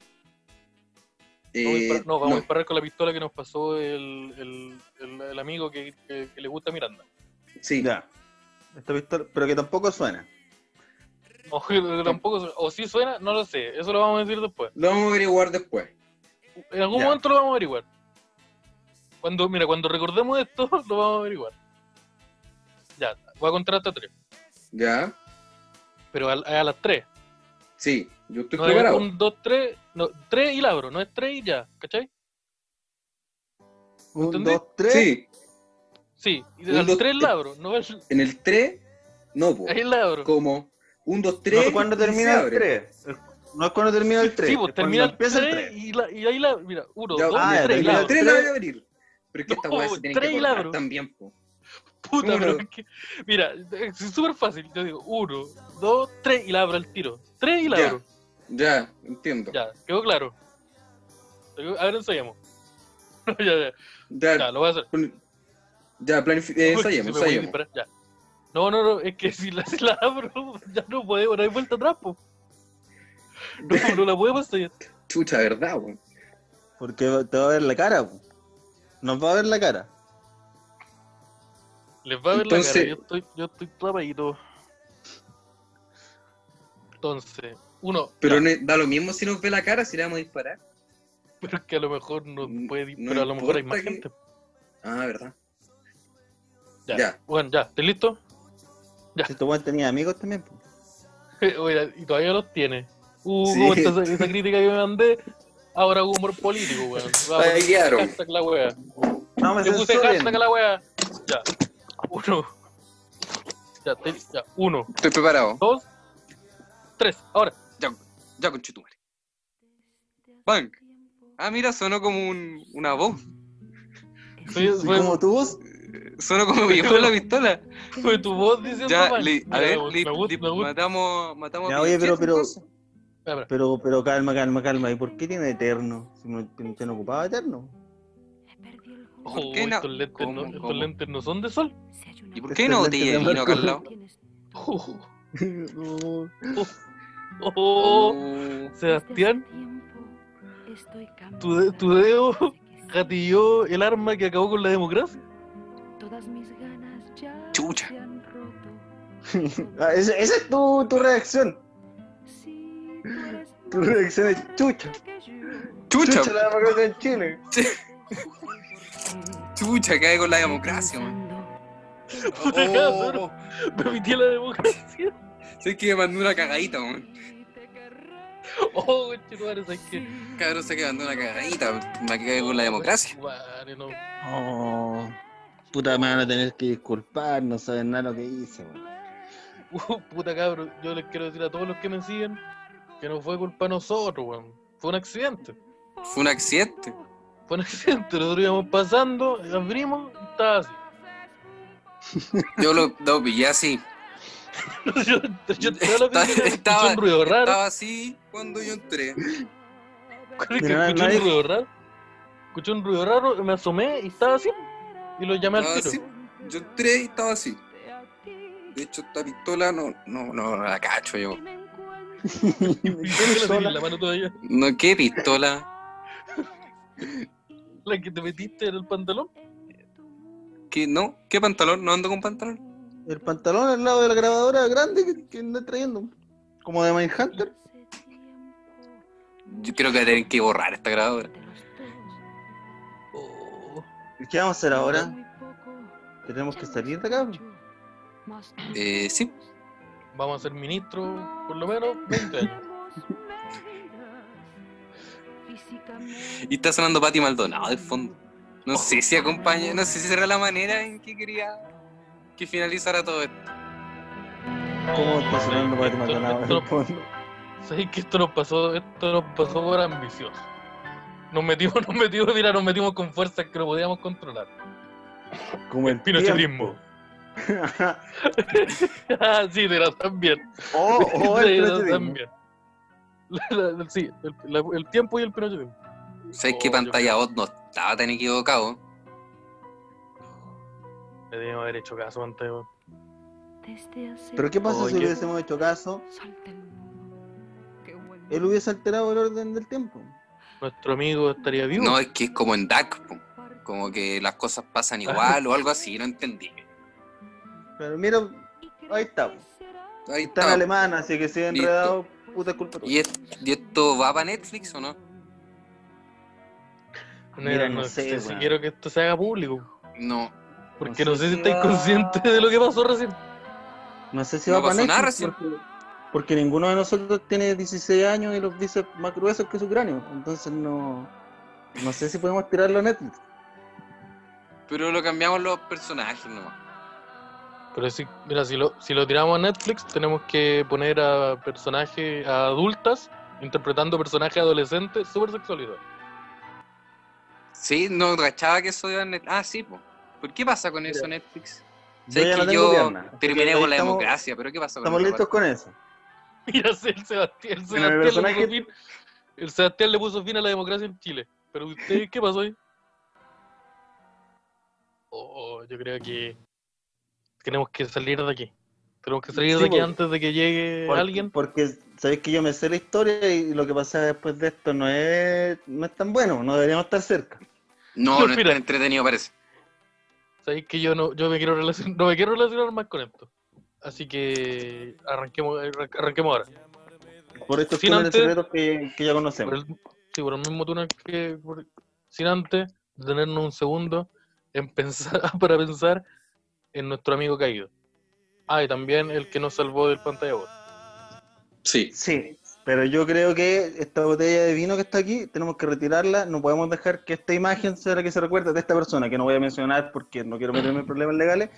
Speaker 4: Eh,
Speaker 3: No, voy a disparar- no, vamos
Speaker 4: no.
Speaker 3: a disparar con la pistola que nos pasó el, el, el- el amigo que, que- que le gusta a Miranda.
Speaker 4: Sí.
Speaker 5: Ya. Esta pistola, pero que tampoco suena.
Speaker 3: O, tampoco, su- o sí suena, no lo sé. Eso lo vamos a decir después.
Speaker 4: Lo vamos a averiguar después.
Speaker 3: En algún
Speaker 8: Ya.
Speaker 3: momento lo vamos a averiguar. Cuando, mira, cuando recordemos esto, lo vamos a averiguar. Ya, voy a contar hasta tres.
Speaker 4: ¿Ya?
Speaker 3: Pero a, a las tres.
Speaker 4: Sí, yo estoy
Speaker 3: No es
Speaker 4: preparado.
Speaker 3: un, dos, tres. No, tres y labro, no es tres y ya, ¿cachai?
Speaker 8: Un,
Speaker 3: ¿Entendí?
Speaker 8: dos, tres.
Speaker 4: Sí,
Speaker 3: Sí, y
Speaker 4: Un,
Speaker 3: al
Speaker 4: dos, eh,
Speaker 3: tres
Speaker 4: tres.
Speaker 3: labro, no es
Speaker 4: en el 3, no, po.
Speaker 3: el labro.
Speaker 4: Como 1, 2,
Speaker 8: No
Speaker 4: 3.
Speaker 8: es cuando termina el 3. No es cuando termina el 3.
Speaker 3: Sí, pues termina el
Speaker 8: empieza
Speaker 3: 3 y, la, y ahí la. Mira, uno,
Speaker 4: Ya,
Speaker 3: dos,
Speaker 8: ah,
Speaker 3: tres,
Speaker 8: termina
Speaker 3: labro.
Speaker 4: la 3 la voy
Speaker 8: labros.
Speaker 4: a abrir. Pero es que esta
Speaker 3: No,
Speaker 4: weá se tiene que
Speaker 3: tres
Speaker 4: cortar
Speaker 3: labros.
Speaker 4: también, po.
Speaker 3: Puta,
Speaker 4: Uno.
Speaker 3: pero es que- Mira, es súper fácil. Yo digo, uno, dos, tres y la abro al tiro. Tres y la
Speaker 4: Ya.
Speaker 3: abro.
Speaker 4: Ya, entiendo. Ya,
Speaker 3: Ya, quedó claro. A ver, ensayamos. ya, ya, ya,
Speaker 4: ya,
Speaker 3: lo voy a hacer.
Speaker 4: pon- ya planifi- eh,
Speaker 3: Uy,
Speaker 4: ensayemos,
Speaker 3: si me voy a
Speaker 4: ensayemos.
Speaker 3: disparar, ya. No, no, no, es que si la, si la abro, ya no puedo, no hay vuelta atrás, po. No, no la puedo ensayar.
Speaker 4: Chucha, ¿verdad, po?
Speaker 8: Porque te va a ver la cara. po. Nos va a ver la cara.
Speaker 3: Les va a ver
Speaker 4: Entonces-
Speaker 3: la cara, yo estoy, yo estoy clapadito. Entonces, uno,
Speaker 4: Pero no es- da lo mismo si nos ve la cara, si le vamos a disparar.
Speaker 3: Pero es que a lo mejor no
Speaker 4: Mm,
Speaker 3: puede,
Speaker 4: no
Speaker 3: pero a lo mejor hay más
Speaker 4: importa que-
Speaker 3: gente.
Speaker 4: Ah, ¿verdad?
Speaker 3: Ya.
Speaker 4: ya.
Speaker 3: Bueno, ya, ¿estás listo?
Speaker 8: Si este weón tenía amigos también. po.
Speaker 3: Oye, y todavía los tiene. Uh,
Speaker 4: Sí.
Speaker 3: ¿cómo está esa, esa crítica que me mandé? Ahora hubo humor político, weón. Va a
Speaker 4: Ahí
Speaker 3: poner
Speaker 4: quedaron.
Speaker 3: Hashtag la wea.
Speaker 8: No me
Speaker 3: Le puse
Speaker 8: censuren.
Speaker 3: hashtag a la wea. Ya. Uno. Ya, te- ya. Uno,
Speaker 4: Estoy preparado.
Speaker 3: dos, tres. Ahora.
Speaker 4: Ya, ya con Chitumare. Bang. Ah, mira, sonó como un, una voz.
Speaker 3: Fue,
Speaker 8: ¿Y
Speaker 3: fue-
Speaker 8: como tu voz?
Speaker 4: Sonó como viejo la pistola.
Speaker 3: fue tu voz diciendo.
Speaker 4: Ya,
Speaker 3: man.
Speaker 4: le,
Speaker 3: Mira,
Speaker 4: a ver,
Speaker 3: me
Speaker 4: le,
Speaker 3: gusta,
Speaker 4: le-
Speaker 3: me gusta.
Speaker 4: matamos, matamos
Speaker 8: Ya, oye, pero,
Speaker 4: Pinochet,
Speaker 8: pero,
Speaker 4: entonces.
Speaker 3: Espera, espera.
Speaker 8: pero, pero calma, calma, calma. ¿Y por qué tiene eterno? Si no, Pinochet no ocupaba eterno.
Speaker 3: Oh,
Speaker 4: ¿por qué no?
Speaker 3: estos, lentes
Speaker 4: ¿Cómo,
Speaker 3: no, estos
Speaker 4: cómo?
Speaker 3: lentes no son de sol.
Speaker 4: ¿Y por qué no
Speaker 2: Este
Speaker 8: Excelente,
Speaker 4: botella de
Speaker 8: Marco.
Speaker 4: vino acá al lado?
Speaker 3: Oh,
Speaker 8: No.
Speaker 3: oh, oh. Sebastián. tu de- tu dedo
Speaker 2: este
Speaker 3: gatilló el arma que acabó con la democracia.
Speaker 2: Todas mis ganas ya
Speaker 4: Chucha.
Speaker 2: se han roto.
Speaker 8: Ah, esa, esa es tu, tu reacción.
Speaker 2: Si tú eres
Speaker 8: Tu
Speaker 2: más
Speaker 8: reacción es
Speaker 2: fuerte
Speaker 8: chucha.
Speaker 2: que yo,
Speaker 4: Chucha,
Speaker 8: Chucha la democracia en Chile.
Speaker 4: chucha, cae con la democracia, man.
Speaker 2: pensando
Speaker 3: Puta cabrón. Permití la democracia.
Speaker 4: oh. sé que me mandó una cagadita, man.
Speaker 2: si te querré,
Speaker 3: Oh, conchetumare, ¿sabes qué?
Speaker 4: Cabrón, sé que mandó una cagadita, me cae con la democracia.
Speaker 3: Conchetumare, no.
Speaker 8: Oh, puta, me van a tener que disculpar. No saben nada lo que hice. weón.
Speaker 3: Uh, puta cabrón, yo les quiero decir a todos los que me siguen que no fue culpa de nosotros, weón. Fue un accidente.
Speaker 4: Fue un accidente.
Speaker 3: Fue un accidente. Nosotros íbamos pasando, abrimos y estaba así.
Speaker 4: Yo lo, lo pillé así.
Speaker 3: Yo, yo entré a la
Speaker 4: Estaba-
Speaker 3: piscina,
Speaker 4: estaba-
Speaker 3: escuché un ruido raro.
Speaker 4: Estaba así cuando yo entré.
Speaker 8: Mira,
Speaker 3: Escuché
Speaker 8: nadie-
Speaker 3: un ruido raro. Escuché un ruido raro, me asomé y estaba así. Y lo llamé
Speaker 8: Ah,
Speaker 4: Estaba
Speaker 3: al
Speaker 4: así.
Speaker 3: tiro.
Speaker 4: Yo entré y estaba así. De hecho, esta pistola no, no, no, no la cacho yo.
Speaker 3: Y yo que la tenía en la mano todavía.
Speaker 4: No, ¿qué pistola?
Speaker 3: La que te metiste en el pantalón.
Speaker 4: ¿Qué, no? ¿Qué pantalón? ¿No ando con pantalón?
Speaker 8: El pantalón al lado de la grabadora grande que, que anda trayendo. Como de Mindhunter.
Speaker 4: Yo creo que voy a tener que borrar esta grabadora.
Speaker 2: de los dos,
Speaker 3: Oh.
Speaker 8: ¿Y ¿Qué vamos a hacer ahora?
Speaker 2: muy poco,
Speaker 8: ¿Tenemos que salir de acá?
Speaker 2: más
Speaker 4: Eh, sí.
Speaker 3: Vamos a ser ministros por lo menos 20 años.
Speaker 4: Y está sonando Pati Maldonado de fondo. No sé si acompaña, no sé si será la manera en que quería que finalizara todo esto.
Speaker 8: ¿Cómo está sonando Pati Maldonado? en
Speaker 3: Esto,
Speaker 8: el fondo?
Speaker 3: ¿Sabes que esto nos pasó? Esto nos pasó por ambiciosos. Nos metimos, nos metimos, mira, nos metimos con fuerzas que no podíamos controlar.
Speaker 8: Como el
Speaker 3: Pinochetismo.
Speaker 8: tiempo.
Speaker 3: ah, sí, de la también.
Speaker 8: Oh, oh,
Speaker 3: De
Speaker 8: el
Speaker 3: la
Speaker 8: pinochetismo.
Speaker 3: también. La- la- sí, el, la- el tiempo y el pinochetismo.
Speaker 4: ¿Sabes
Speaker 3: Oh,
Speaker 4: qué
Speaker 3: yo-
Speaker 4: pantalla bot no estaba tan equivocado?
Speaker 3: Le debíamos haber hecho caso antes. weón.
Speaker 8: Pero qué pasa si
Speaker 3: Oye.
Speaker 8: hubiésemos hecho caso, él hubiese alterado el orden del tiempo.
Speaker 3: Nuestro amigo estaría vivo.
Speaker 4: No, es que es como en Dark, po. como que las cosas pasan igual o algo así, no entendí.
Speaker 8: Pero mira, ahí está.
Speaker 4: Ahí
Speaker 8: Está en
Speaker 4: está.
Speaker 8: alemán, así que si he
Speaker 4: Listo.
Speaker 8: enredado, puta culpa. tuya.
Speaker 4: ¿Y, es- y esto va para Netflix o no?
Speaker 8: Mira, no sé,
Speaker 3: si
Speaker 8: weón.
Speaker 3: quiero que esto se haga público.
Speaker 4: No.
Speaker 3: Porque
Speaker 8: No
Speaker 3: no
Speaker 8: sé
Speaker 3: sé si
Speaker 8: si
Speaker 3: estáis
Speaker 8: va-
Speaker 3: conscientes de lo que pasó recién.
Speaker 8: No sé si
Speaker 4: No
Speaker 8: va para
Speaker 4: pasó nada
Speaker 8: Netflix,
Speaker 4: recién.
Speaker 8: porque, porque ninguno de nosotros tiene 16 años y los bíceps más gruesos que su cráneo. Entonces no, no sé si podemos tirarlo a Netflix.
Speaker 4: Pero lo cambiamos los personajes nomás.
Speaker 3: Pero si, mira, si lo, si lo tiramos a Netflix, tenemos que poner a personajes, a adultas, interpretando personajes adolescentes, súper sexualizados.
Speaker 4: Sí, no cachaba que eso iba a Netflix. Ah, sí, po. ¿Por qué pasa con eso Netflix?
Speaker 8: Yo
Speaker 4: Sé
Speaker 8: ya
Speaker 4: que
Speaker 8: no tengo
Speaker 4: yo
Speaker 8: pierna, así que
Speaker 4: terminé
Speaker 8: ahí
Speaker 4: con la
Speaker 8: estamos-
Speaker 4: democracia, pero ¿qué pasa con
Speaker 8: Estamos
Speaker 4: esa
Speaker 8: listos
Speaker 4: parte?
Speaker 8: con eso.
Speaker 3: Mira, sí, el Sebastián, el
Speaker 8: Mira,
Speaker 3: Sebastián,
Speaker 8: mi
Speaker 3: le
Speaker 8: personaje-
Speaker 3: puso fin, el Sebastián le puso fin a la democracia en Chile. Pero ustedes, ¿qué pasó ahí? Oh, yo creo que tenemos que salir de aquí. Tenemos que salir
Speaker 8: Sí,
Speaker 3: de aquí
Speaker 8: porque-
Speaker 3: antes de que llegue
Speaker 8: Por-
Speaker 3: alguien.
Speaker 8: Porque sabéis que yo me sé la historia y lo que pasa después de esto no es, no es tan bueno, no deberíamos estar cerca.
Speaker 4: No, no es
Speaker 3: Mira.
Speaker 4: tan entretenido, parece.
Speaker 3: Sabéis que yo no, yo me quiero relacionar, no me quiero relacionar más con esto. Así que arranquemos, arran- arranquemos ahora.
Speaker 8: Por estos
Speaker 3: Sin
Speaker 8: túneles
Speaker 3: antes-
Speaker 8: secretos que, que ya
Speaker 3: Por
Speaker 8: conocemos.
Speaker 3: el, sí, por el mismo túnel que por- sin antes detenernos un segundo en pensar para pensar en nuestro amigo caído. Ah, y también el que nos salvó del pantalla bot.
Speaker 4: Sí.
Speaker 8: Sí, pero yo creo que esta botella de vino que está aquí tenemos que retirarla. No podemos dejar que esta imagen sea la que se recuerda de esta persona, que no voy a mencionar porque no quiero meterme en problemas legales.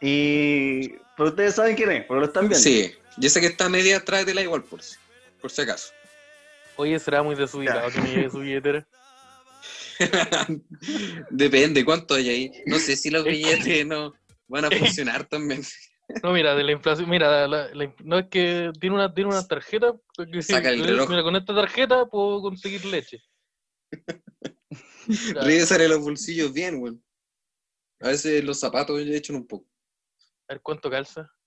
Speaker 8: Y. Pero ustedes saben quién es, pero lo están viendo.
Speaker 4: Sí. Yo sé que está media atrás de la igual, por si, por si acaso.
Speaker 3: Oye, será muy desubicado que me llegue su billetera.
Speaker 4: Depende cuánto hay ahí. No sé si los billetes no van a funcionar también.
Speaker 3: No, mira, de la inflación, mira, la- la- no es que tiene una, tiene una tarjeta. que-
Speaker 4: Saca el
Speaker 3: que-
Speaker 4: reloj.
Speaker 3: Mira, con esta tarjeta puedo conseguir leche. Mira,
Speaker 4: Revisaré los bolsillos bien, weón. A veces los zapatos le echan un poco.
Speaker 3: a ver cuánto calza.